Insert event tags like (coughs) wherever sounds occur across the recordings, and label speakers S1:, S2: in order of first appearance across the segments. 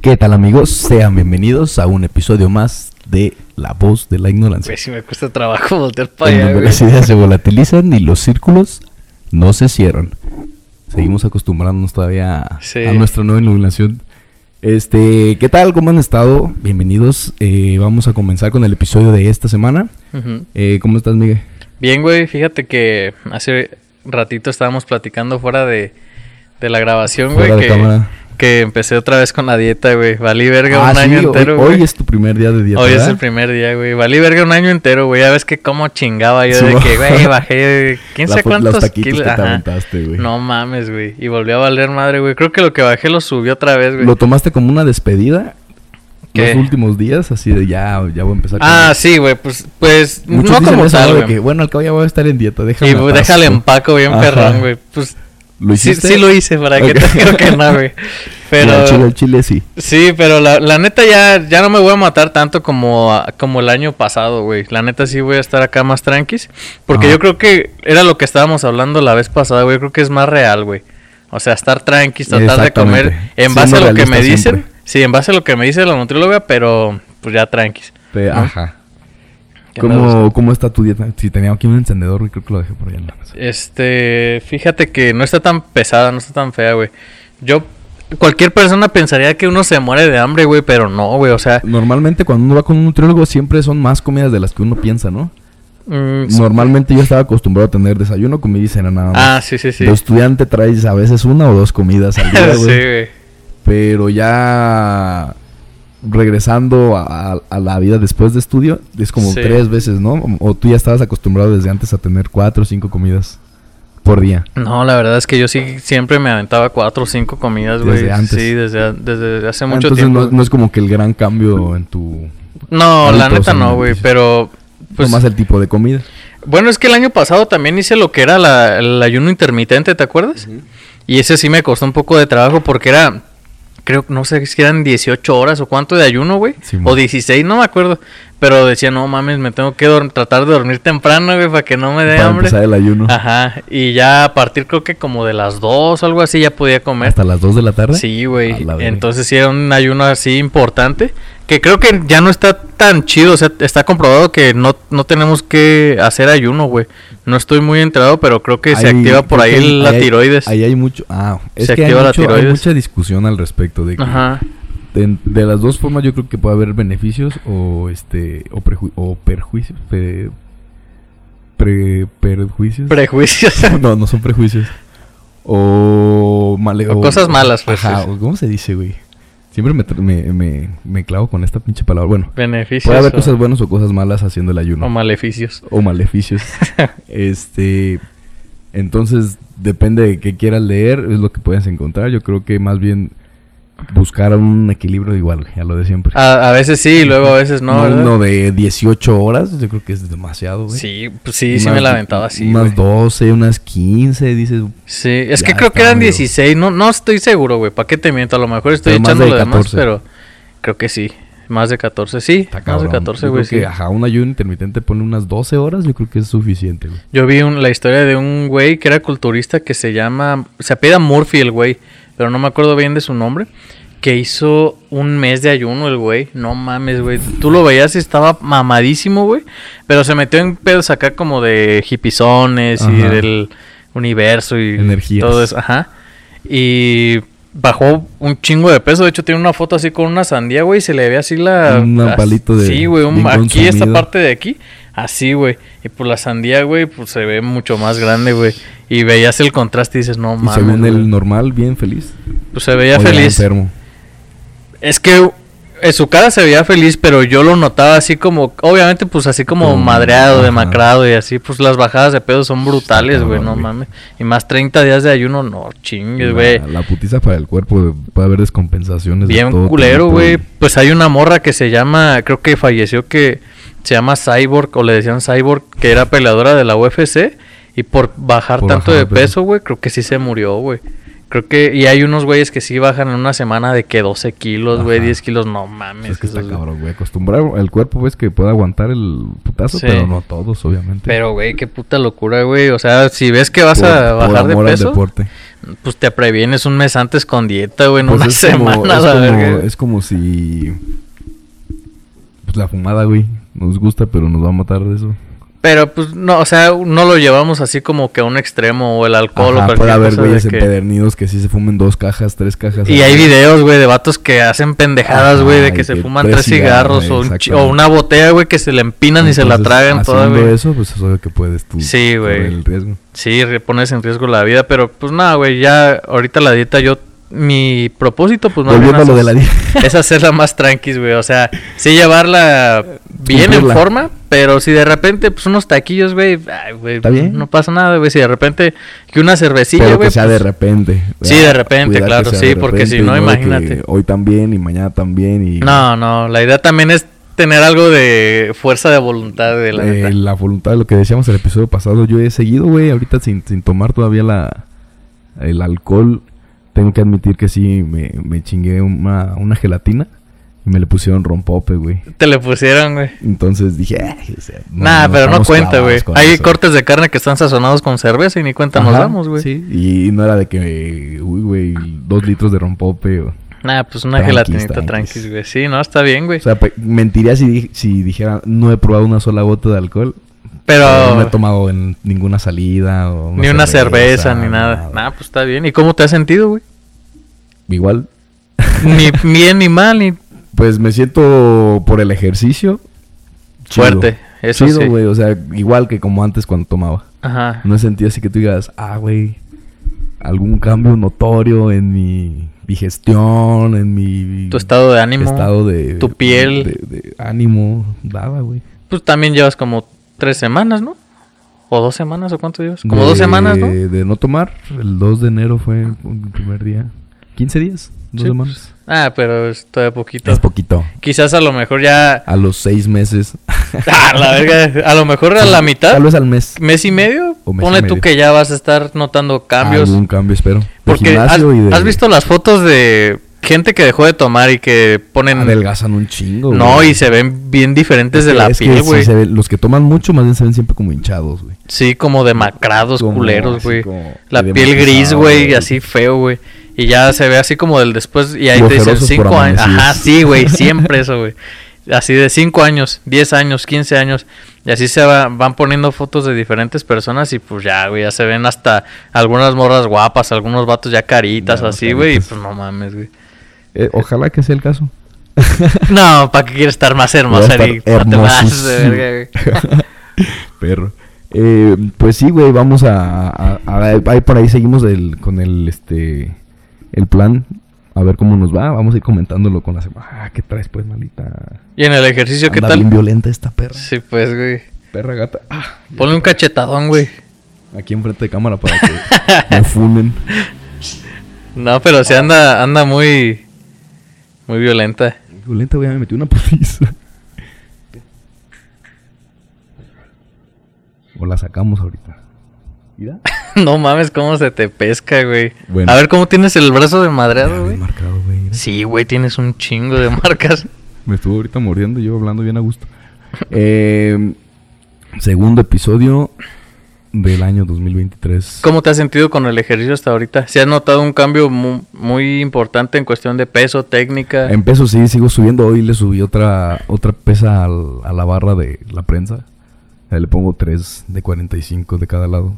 S1: ¿Qué tal amigos? Sean bienvenidos a un episodio más de La Voz de la Ignorancia.
S2: Güey, si me cuesta trabajo (laughs) voltear para
S1: en
S2: allá,
S1: donde
S2: güey.
S1: las ideas se volatilizan y los círculos no se cierran. Seguimos acostumbrándonos todavía a-
S2: Sí.
S1: a nuestra nueva iluminación. Este, ¿qué tal? ¿Cómo han estado? Bienvenidos. Eh, vamos a comenzar con el episodio de esta semana.
S2: Ujú.
S1: Eh, ¿Cómo estás, Miguel?
S2: Bien, güey, fíjate que hace ratito estábamos platicando fuera de, de la grabación,
S1: Fuera
S2: güey,
S1: de
S2: que,
S1: cámara.
S2: que empecé otra vez con la dieta, güey. Valí verga
S1: Ah,
S2: un
S1: sí,
S2: año
S1: hoy-
S2: entero,
S1: hoy,
S2: güey.
S1: es tu primer día de dieta.
S2: Hoy es
S1: ¿verdad?
S2: el primer día, güey. Valí verga un año entero, güey. Ya ves que como chingaba yo
S1: Sí,
S2: de
S1: mo- (laughs)
S2: que, güey, bajé quién
S1: La
S2: sabe
S1: fo- los
S2: cuántos
S1: taquitos
S2: kilos.
S1: que te
S2: ajá.
S1: aventaste, güey.
S2: No mames, güey. Y volvió a valer madre, güey. Creo que lo que bajé lo subí otra vez, güey.
S1: ¿Lo tomaste como una despedida?
S2: ¿Qué?
S1: Los últimos días, así de ya, ya voy a empezar. con
S2: Ah, sí, güey. Pues, pues,
S1: Muchos
S2: no
S1: dicen
S2: como
S1: eso,
S2: tal,
S1: ¿no? De
S2: güey.
S1: que, bueno, al cabo ya voy a estar en dieta, déjame.
S2: Y
S1: en
S2: pues,
S1: paz".
S2: déjale empaco bien
S1: Ajá.
S2: perrón, güey. Pues
S1: ¿Lo
S2: sí,
S1: hiciste?
S2: sí lo hice, para que
S1: Ok.
S2: te creo que
S1: (laughs)
S2: no, güey. Pero
S1: Mira, al chile, al chile sí.
S2: sí, pero la, la neta ya, ya no me voy a matar tanto como, como el año pasado, güey. La neta sí voy a estar acá más tranquis. Porque
S1: Ajá.
S2: yo creo que era lo que estábamos hablando la vez pasada, güey. Yo creo que es más real, güey. O sea, estar tranquis, tratar de comer
S1: Exactamente.
S2: en base
S1: Siendo
S2: a lo que me
S1: realista
S2: dicen.
S1: siempre.
S2: Sí, en base a lo que me dice la nutrióloga, pero pues ya tranquis.
S1: Pe-
S2: ¿No?
S1: Ajá.
S2: Ya andamos.
S1: ¿Cómo, ¿Cómo está tu dieta? Si tenía aquí un encendedor, güey, creo que lo dejé por allá en la mesa.
S2: Este, fíjate que no está tan pesada, no está tan fea, güey. Yo, cualquier persona pensaría que uno se muere de hambre, güey, pero no, güey, o sea,
S1: Normalmente cuando uno va con un nutriólogo siempre son más comidas de las que uno piensa, ¿no?
S2: mm,
S1: Normalmente yo estaba acostumbrado a tener desayuno, comida y cena nada más.
S2: ah, sí, sí, sí. (laughs)
S1: De estudiante traes a veces una o dos comidas al día,
S2: sí,
S1: güey.
S2: güey.
S1: Pero ya regresando a, a- a la vida después de estudio, es como
S2: Sí.
S1: tres veces, ¿no? O tú ya estabas acostumbrado desde antes a tener cuatro o cinco comidas por día.
S2: No, la verdad es que yo sí siempre me aventaba cuatro o cinco comidas, güey.
S1: Desde antes. Ah,
S2: Sí, desde, a- desde hace mucho
S1: Entonces
S2: tiempo. Pues
S1: No, no es como que el gran cambio en tu...
S2: No, la
S1: hábitos
S2: neta no, güey,
S1: alimenticios.
S2: pero pues
S1: más el tipo de comida.
S2: Bueno, es que el año pasado también hice lo que era la- el ayuno intermitente, ¿te acuerdas? Y ese sí me costó un poco de trabajo porque era, creo, no sé si eran 18 horas o cuánto de ayuno, güey.
S1: Simón.
S2: o 16, no me acuerdo. Pero decía, no mames, me tengo que dor- tratar de dormir temprano, güey, para que no me dé
S1: Para
S2: hambre.
S1: empezar el ayuno.
S2: Ajá, y ya a partir creo que como de las 2 o algo así ya podía comer.
S1: Hasta las dos de la tarde.
S2: Sí,
S1: A
S2: güey.
S1: la verga.
S2: Entonces sí era un ayuno así importante. Que creo que ya no está tan chido. O sea, está comprobado que no, no tenemos que hacer ayuno, güey. No estoy muy enterado, pero creo que se
S1: Ahí-
S2: activa
S1: creo
S2: por ahí
S1: que ahí-
S2: la
S1: ahí hay-
S2: tiroides.
S1: Ahí hay mucho... Ah, es
S2: Se
S1: que hay,
S2: activa la
S1: mucho- hay
S2: tiroides.
S1: mucha discusión al respecto de que...
S2: Ajá.
S1: De, de las dos formas yo creo que puede haber beneficios o este o, preju- o perjuicios. pe- pre- perjuicios.
S2: Prejuicios.
S1: (laughs) no, no son prejuicios. O, male-
S2: O cosas malas, pues,
S1: Ajá,
S2: sí.
S1: o ¿cómo se dice, güey? Siempre me, tra- me, me- me clavo con esta pinche palabra. Bueno,
S2: (laughs) Beneficios.
S1: puede haber
S2: o-
S1: cosas buenas o cosas malas haciendo el ayuno.
S2: o maleficios. (laughs)
S1: o maleficios. este. Entonces, depende de qué quieras leer, es lo que puedes encontrar. Yo creo que más bien buscar un equilibrio igual, güey, a lo de siempre.
S2: A, a veces sí, Ah, y luego a veces no,
S1: no
S2: ¿verdad?
S1: uno de 18 horas, yo creo que es demasiado, güey.
S2: Sí, pues sí, sí me
S1: Unas-
S2: la aventaba así.
S1: Unas
S2: güey.
S1: 12, unas 15, dices.
S2: Sí, es que
S1: Ya
S2: creo que
S1: está,
S2: eran
S1: amigo.
S2: 16, no, no estoy seguro, güey, ¿para qué te miento? A lo mejor estoy
S1: Pero más
S2: echando
S1: de
S2: lo demás,
S1: 14.
S2: pero creo que sí, más de 14, sí,
S1: Está
S2: más de
S1: cabrón.
S2: 14,
S1: Yo
S2: güey,
S1: creo
S2: sí.
S1: que, Ajá, un ayuno intermitente pone unas 12 horas, yo creo que es suficiente, güey.
S2: Yo vi un- la historia de un güey que era culturista que se llama, se apellida Murphy el güey, pero no me acuerdo bien de su nombre, que hizo un mes de ayuno el güey, no mames, güey, tú lo veías y estaba mamadísimo, güey, pero se metió en pedos acá como de hipizones y
S1: Ajá.
S2: del universo y
S1: Energías.
S2: todo eso, ajá. Y bajó un chingo de peso. De hecho, tiene una foto así con una sandía, güey. Y se le ve así la.
S1: Un
S2: la-
S1: palito de-
S2: Sí, güey. un-
S1: bien
S2: Aquí, esta
S1: consumido.
S2: parte de aquí. Así, güey. Y pues la sandía, güey, pues se ve mucho más grande, güey. Y veías el contraste y dices, no
S1: y según
S2: mames.
S1: el
S2: güey.
S1: normal, bien feliz.
S2: Pues se veía
S1: o ya
S2: feliz.
S1: enfermo.
S2: Es que. En su cara se veía feliz, pero yo lo notaba así como, obviamente, pues así como
S1: Como-
S2: madreado,
S1: ajá.
S2: demacrado y así, pues las bajadas de pedo son brutales, güey,
S1: cabrón,
S2: no
S1: güey.
S2: mames. Y más 30 días de ayuno, no chingues, güey.
S1: La, la putiza para el cuerpo, puede haber descompensaciones. de
S2: Bien
S1: todo
S2: culero,
S1: tipo,
S2: güey. Pues hay una morra que se llama, creo que falleció, que se llama Cyborg, o le decían Cyborg, que era peleadora de la UFC. Y por bajar
S1: Por
S2: tanto
S1: bajar de peso.
S2: de peso, güey, creo que sí se murió, güey. Creo que, y hay unos güeyes que sí bajan en una semana de que 12 kilos, güey, 10 kilos, no mames.
S1: es que está
S2: esos-
S1: cabrón, güey. Acostumbrar el cuerpo, ves que puede aguantar el putazo,
S2: Sí.
S1: pero no todos, obviamente.
S2: Pero, güey, qué puta locura, güey. O sea, si ves que vas
S1: Por-
S2: a
S1: por
S2: bajar de
S1: amor al
S2: peso,
S1: deporte.
S2: pues te previenes un mes antes con dieta, güey, en
S1: Pues
S2: una
S1: es
S2: semana,
S1: como,
S2: la
S1: es, como,
S2: verga.
S1: es como si. Pues la fumada, güey. Nos gusta, pero nos va a matar de eso.
S2: Pero, pues, no, o sea, no lo llevamos así como que a un extremo o el alcohol o
S1: Ajá,
S2: cualquier
S1: puede haber
S2: cosa de
S1: güeyes
S2: que-
S1: empedernidos que sí se fumen dos cajas, tres cajas.
S2: Y
S1: al
S2: hay
S1: día.
S2: videos, güey, de vatos que hacen pendejadas, güey, de
S1: Ay,
S2: que se
S1: que
S2: fuman
S1: tres
S2: tres cigarros o, un chi-
S1: cigarros,
S2: o una botella, güey, que se le empinan y se la
S1: Entonces,
S2: tragan toda,
S1: haciendo
S2: güey.
S1: eso, pues es obvio que puedes tú.
S2: Sí, güey.
S1: correr El riesgo.
S2: Sí, re- pones en riesgo la vida, pero pues nada, güey, ya ahorita la dieta yo... Mi propósito, pues más bien
S1: Volviendo a lo de
S2: hacer-
S1: la dieta.
S2: (laughs) es hacerla más tranquis, güey. O sea, sí llevarla bien
S1: Cumplirla.
S2: en forma, pero si de repente, pues unos taquillos, güey, ay, güey,
S1: Está bien.
S2: no pasa nada, güey. Si de repente, que una cervecilla,
S1: pero
S2: güey.
S1: que sea de
S2: pues,
S1: repente.
S2: Sí, de repente,
S1: Cuidar que
S2: claro,
S1: sea
S2: sí,
S1: de
S2: porque si
S1: repente y
S2: no,
S1: de que
S2: imagínate.
S1: Hoy también y mañana también y.
S2: No, no, la idea también es tener algo de fuerza de voluntad, de la
S1: Eh,
S2: neta.
S1: la voluntad, lo que decíamos el episodio pasado, yo he seguido, güey, ahorita sin, sin tomar todavía la el alcohol, tengo que admitir que sí, me, me chingué una, una gelatina y me le pusieron rompope, güey.
S2: Te le pusieron, güey.
S1: Entonces dije, "Ay, o sea,
S2: nah, pero no
S1: estamos
S2: cuenta,
S1: clavados
S2: güey.
S1: con
S2: Hay
S1: eso".
S2: cortes de carne que están sazonados con cerveza y ni cuenta nos
S1: Ajá,
S2: damos, güey.
S1: Sí, y no era de que, uy, güey, dos litros de rompope. O,
S2: Nah, pues una
S1: Tranquis,
S2: gelatinita
S1: tranquis.
S2: tranquis, güey. Sí, no, está bien, güey.
S1: o sea, pe- mentiría si, di- si dijera, no he probado una sola gota de alcohol.
S2: pero...
S1: No he tomado en ninguna salida. O
S2: Ni una cerveza, ni nada. Nah, pues está bien. ¿Y cómo te has sentido, güey?
S1: Igual, (laughs)
S2: Ni bien ni mal, ni
S1: Pues me siento por el ejercicio. chido.
S2: fuerte. Eso
S1: Chido,
S2: sí.
S1: güey. O sea, igual que como antes cuando tomaba.
S2: Ajá.
S1: No sentía así que tú digas, ah, güey, algún cambio notorio en mi digestión, en mi
S2: Tu estado de ánimo.
S1: estado de
S2: tu piel.
S1: de, de ánimo, nada, güey.
S2: Pues también llevas como tres semanas, ¿no? O dos semanas, o cuánto llevas. Como
S1: De-
S2: dos semanas, ¿no?
S1: De no tomar. El 2 de enero fue el primer día. 15 días, dos
S2: Sí,
S1: semanas.
S2: Ah, pero es todavía poquito.
S1: Es poquito.
S2: Quizás a lo mejor
S1: (laughs)
S2: ya.
S1: A los seis meses.
S2: Ah, la verga. (laughs) A lo mejor a la mitad.
S1: Tal vez al mes.
S2: Mes y medio.
S1: O mes y
S2: ponle tú
S1: medio.
S2: que ya vas a estar notando cambios.
S1: Algún cambio, espero. De
S2: Porque has,
S1: gimnasio y de-
S2: has visto las fotos de gente que dejó de tomar y que ponen.
S1: Adelgazan un chingo.
S2: No,
S1: güey.
S2: y se ven bien diferentes
S1: Es
S2: de
S1: que-
S2: la
S1: es que
S2: piel,
S1: sí
S2: güey.
S1: se ve- los que toman mucho más bien se ven siempre como hinchados, güey.
S2: Sí, como demacrados,
S1: Como
S2: culeros,
S1: así
S2: güey.
S1: como
S2: La piel
S1: demacrado,
S2: gris, güey,
S1: güey.
S2: así feo, güey. Y ya se ve así como del después. Y ahí
S1: Y
S2: te dicen
S1: ojerosos por
S2: cinco años.
S1: amanecidos.
S2: Ajá, sí,
S1: (laughs)
S2: güey, siempre eso, güey. Así de cinco años, 10 años, 15 años. Y así se va- van poniendo fotos de diferentes personas. Y pues ya, güey, ya se ven hasta algunas morras guapas, algunos vatos ya caritas,
S1: Ya,
S2: así, güey. Y
S1: caritas.
S2: pues no mames, güey.
S1: Eh, ojalá que sea el caso.
S2: (laughs) No, ¿para qué quieres estar más hermosa,
S1: Voy a
S2: Eric?
S1: estar
S2: No te pases de
S1: hermosísimo.
S2: verga, güey.
S1: (laughs) Perro. Eh, pues sí, güey, vamos a, a- a- ahí por ahí seguimos el- con el este el plan a ver cómo nos va, vamos a ir comentándolo con la semana. Ah, ¿qué traes pues, malita?
S2: Y en el ejercicio, ¿qué
S1: Anda
S2: tal?
S1: bien violenta esta perra.
S2: Sí, pues, güey.
S1: Perra gata. Ah,
S2: Ponle un cachetadón, güey.
S1: aquí enfrente de cámara para que me funen.
S2: No, pero se anda, anda muy, muy violenta. (laughs)
S1: Violenta, güey, ya me metí una putiza. O la sacamos ahorita. Mira.
S2: No mames, cómo se te pesca, güey.
S1: Bueno.
S2: A ver cómo tienes el brazo de
S1: Ya,
S2: madreado,
S1: bien
S2: güey.
S1: marcado, güey. mira.
S2: Sí, güey, tienes un chingo de (laughs) marcas.
S1: Me estuvo ahorita mordiendo y yo hablando bien a gusto. Eh, segundo episodio del año 2023.
S2: ¿Cómo te has sentido con el ejercicio hasta ahorita? ¿Se has notado un cambio mu- muy, importante en cuestión de peso, técnica?
S1: En peso sí, sigo subiendo. Hoy le subí otra otra pesa al- a la barra de la prensa. Ahí le pongo 3 de 45 de cada lado.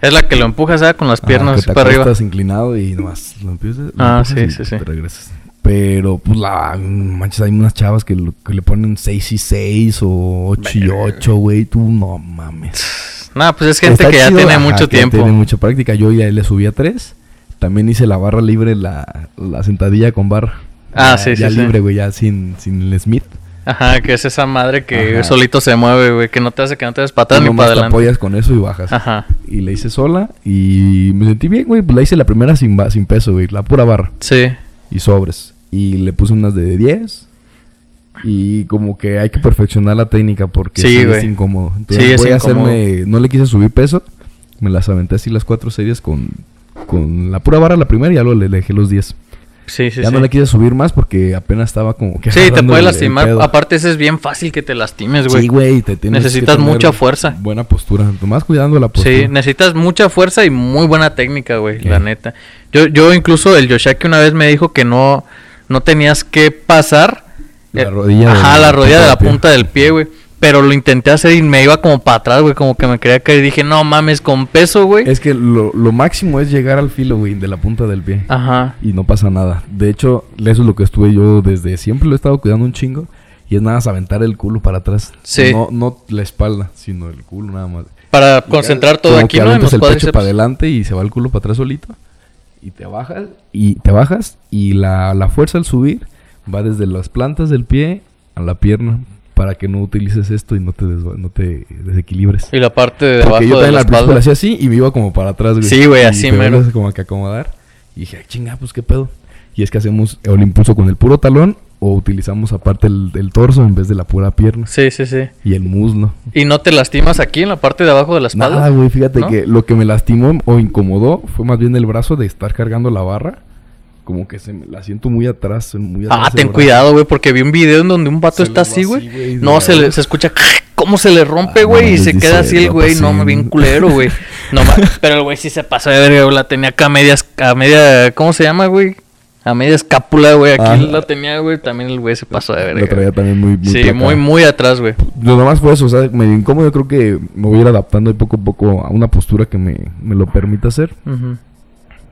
S2: Es la que lo empujas ¿ah? con las piernas
S1: Ajá, que te
S2: para arriba.
S1: acuestas inclinado y nomás lo empiezas. lo
S2: Ah,
S1: empujas
S2: sí,
S1: y
S2: sí, sí.
S1: Te regresas. Pero, pues, la manches, hay unas chavas que, lo- que le ponen 6 y 6 o 8 y 8, güey. Tú no mames.
S2: No, pues es gente
S1: Está
S2: que ya
S1: chido,
S2: tiene
S1: ajá,
S2: mucho
S1: que ya
S2: tiempo.
S1: tiene mucha práctica. Yo ya le subí a 3. También hice la barra libre, la, la sentadilla con barra.
S2: Ah,
S1: Ya-
S2: sí, sí,
S1: Ya
S2: sí.
S1: libre, güey, ya sin, sin el Smith.
S2: Ajá, que es esa madre que
S1: Ajá.
S2: solito se mueve, güey, que no te hace que no te des patadas
S1: Tú
S2: ni
S1: nomás
S2: para
S1: te
S2: adelante.
S1: apoyas con eso y bajas.
S2: Ajá.
S1: Y la hice sola y me sentí bien, güey. Pues la hice la primera sin, ba- sin peso, güey. La pura barra.
S2: Sí.
S1: y sobres. Y le puse unas de 10. Y como que hay que perfeccionar la técnica porque
S2: Sí,
S1: sí
S2: güey.
S1: es incómodo. Entonces
S2: Sí, es
S1: voy a
S2: incómodo.
S1: hacerme. No le quise subir peso. Me las aventé así las cuatro series con con la pura barra la primera y ya luego le, le dejé los 10.
S2: Sí, sí,
S1: ya
S2: sí.
S1: no le quise subir más porque apenas estaba como que.
S2: Sí, te
S1: agarrando
S2: puede
S1: el- el
S2: lastimar.
S1: pedo.
S2: Aparte, ese es bien fácil que te lastimes, güey.
S1: Sí, güey, te tienes que
S2: Necesitas
S1: tener
S2: mucha fuerza.
S1: Buena postura, nomás cuidando la postura.
S2: Sí, necesitas mucha fuerza y muy buena técnica, güey, la
S1: pues Ok.
S2: neta. Yo, yo incluso el Yoshaki una vez me dijo que no, no tenías que pasar
S1: La
S2: eh,
S1: rodilla de
S2: ajá,
S1: la
S2: la rodilla
S1: punta
S2: de la
S1: del pie.
S2: punta del pie, güey. Pero lo intenté hacer y me iba como para atrás, güey, como que me quería caer y dije, no mames, con peso, güey.
S1: Es que lo, lo máximo es llegar al filo, güey, de la punta del pie.
S2: Ajá.
S1: Y no pasa nada. De hecho, eso es lo que estuve yo desde siempre. Lo he estado cuidando un chingo. Y es nada más aventar el culo para atrás.
S2: Sí.
S1: No, no la espalda, sino el culo nada más.
S2: Para concentrar todo
S1: Como
S2: aquí,
S1: que
S2: ¿no? En
S1: avientas
S2: los
S1: el pecho
S2: cuádriceps.
S1: para adelante y se va el culo para atrás solito. Y te bajas. Y te bajas. Y la, la fuerza al subir va desde las plantas del pie a la pierna. Para que no utilices esto y no te, desva- no te desequilibres.
S2: Y la parte de
S1: Porque yo
S2: abajo de
S1: también
S2: la
S1: al principio la
S2: espalda.
S1: hacía así y me iba como para atrás, güey.
S2: Sí, güey,
S1: Y
S2: así
S1: te
S2: mero.
S1: vuelves como que acomodar. Y dije, "Ay, chinga, pues qué pedo. Y es que hacemos el impulso con el puro talón o utilizamos aparte el, el torso en vez de la pura pierna
S2: Sí, sí, sí.
S1: y el muslo.
S2: ¿Y no te lastimas aquí en la parte de abajo de la espalda?
S1: Nada, güey, fíjate
S2: ¿No?
S1: que lo que me lastimó o incomodó fue más bien el brazo de estar cargando la barra. Como que se me, la siento muy atrás, muy atrás.
S2: Ah,
S1: el
S2: ten
S1: brazo.
S2: cuidado, güey, porque vi un video en donde un vato
S1: Se
S2: está
S1: les va
S2: así,
S1: así,
S2: güey.
S1: güey,
S2: No,
S1: de
S2: se,
S1: la-
S2: le, se escucha cómo se le rompe,
S1: Ah,
S2: güey, y
S1: mames,
S2: se
S1: dice,
S2: queda así el
S1: no,
S2: güey.
S1: pues,
S2: No,
S1: sí.
S2: bien culero, güey.
S1: (laughs)
S2: No, ma- pero el güey sí se pasó de verga, güey. La tenía acá a medias, a media, ¿cómo se llama, güey? A media escápula, güey. Aquí
S1: Ah.
S2: la tenía, güey. También el güey se pasó de
S1: Lo
S2: verga.
S1: traía también muy, muy
S2: sí,
S1: placado.
S2: muy, muy atrás, güey.
S1: Lo demás fue eso, o sea, medio incómodo. Creo que me voy a ir adaptando poco a poco a una postura que me, me lo permita hacer.
S2: Ujú.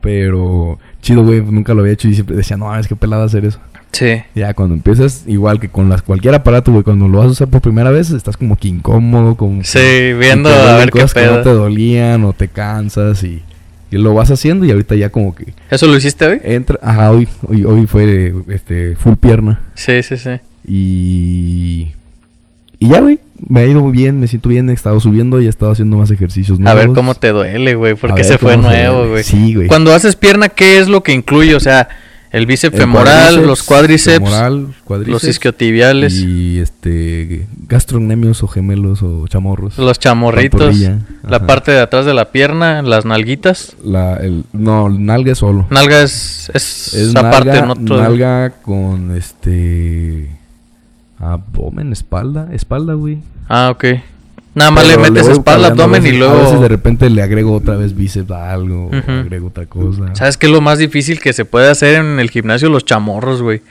S1: Pero chido, güey, nunca lo había hecho y siempre decía, no, es que pelada hacer eso.
S2: Sí.
S1: Ya, cuando empiezas, igual que con las, cualquier aparato, güey, cuando lo vas a usar por primera vez, estás como que incómodo, como... que-
S2: Sí, viendo
S1: y te
S2: a
S1: duelen
S2: ver qué
S1: cosas que
S2: pedo.
S1: no te dolían o te cansas y, y lo vas haciendo y ahorita ya como que
S2: ¿Eso lo hiciste hoy?
S1: entra... Ajá, hoy, hoy, hoy fue este, full pierna.
S2: Sí, sí, sí.
S1: Pues Y. Y ya, güey. Me ha ido muy bien, me siento bien. He estado subiendo y he estado haciendo más ejercicios
S2: A
S1: nuevos.
S2: ver cómo te duele, güey, porque
S1: ver
S2: se fue
S1: cómo se duele.
S2: nuevo, güey.
S1: Sí, güey.
S2: Cuando haces pierna, ¿qué es lo que incluye? O sea, el bíceps
S1: El
S2: femoral, los cuádriceps,
S1: femoral,
S2: los
S1: cuádriceps
S2: isquiotibiales,
S1: Y este. Gastrocnemios o gemelos o chamorros.
S2: los chamorritos,
S1: pantorrilla,
S2: la
S1: ajá.
S2: parte de atrás de la pierna, las nalguitas.
S1: La, el, no, nalga es solo.
S2: Nalga es, es,
S1: es
S2: esa
S1: nalga,
S2: parte, no todo.
S1: nalga con este. Abdomen, espalda, espalda, güey.
S2: Ah, ok. Nada más le
S1: Pero
S2: metes
S1: voy
S2: espalda,
S1: cambiando a
S2: abdomen y
S1: veces-
S2: luego...
S1: A veces de repente le agrego otra vez bíceps a algo, o
S2: Ujú.
S1: agrego otra cosa.
S2: ¿Sabes qué es lo más difícil que se puede hacer en el gimnasio? Los chamorros, güey.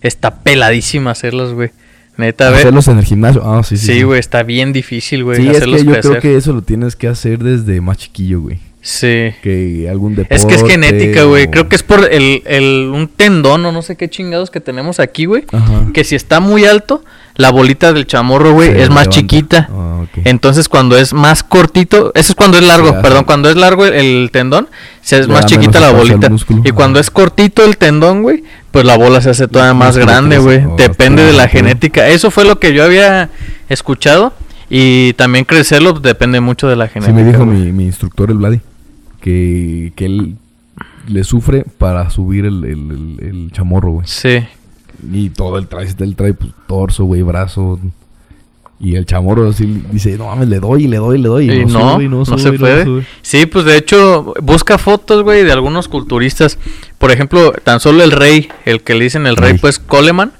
S2: Está peladísima hacerlos, güey. Neta, a ver.
S1: Hacerlos en el gimnasio. Ah, sí, sí.
S2: Sí, güey, está bien difícil, güey,
S1: Sí, es que
S2: hacerlos
S1: yo
S2: crecer.
S1: creo que eso lo tienes que hacer desde más chiquillo, güey.
S2: Sí.
S1: Que algún deporte.
S2: Es que es genética, güey.
S1: o-
S2: Creo que es por el, el, un tendón o no sé qué chingados que tenemos aquí, güey.
S1: Ajá.
S2: Que si está muy alto, la bolita del chamorro, güey,
S1: Se
S2: es más
S1: levanta.
S2: chiquita.
S1: Ah, ok.
S2: Entonces, cuando es más cortito, eso es cuando es largo,
S1: Se hace-
S2: perdón, cuando es largo el, el tendón, se es
S1: Le
S2: más
S1: da menos
S2: chiquita la
S1: espacio al
S2: bolita.
S1: músculo.
S2: Y
S1: Ajá.
S2: cuando es cortito el tendón, güey, pues la bola se hace todavía
S1: El
S2: más
S1: músculo
S2: grande,
S1: crece.
S2: güey.
S1: Oh,
S2: Depende de la
S1: claro.
S2: genética. Eso fue lo que yo había escuchado. Y también crecerlo pues, depende mucho de la
S1: Sí,
S2: genética.
S1: me dijo
S2: güey.
S1: mi, mi instructor, el Vladi, que, que él le sufre para subir el, el, el- el chamorro, güey.
S2: Sí.
S1: Y todo el trae, él trae pues, torso, güey, brazo. Y el chamorro así dice, no mames, le doy, le doy, le doy.
S2: Y no,
S1: sube,
S2: no,
S1: sube,
S2: se puede.
S1: sube.
S2: sí, pues de hecho, busca fotos, güey, de algunos culturistas. Por ejemplo, tan solo el rey, el que le dicen el rey,
S1: Rey.
S2: pues Coleman,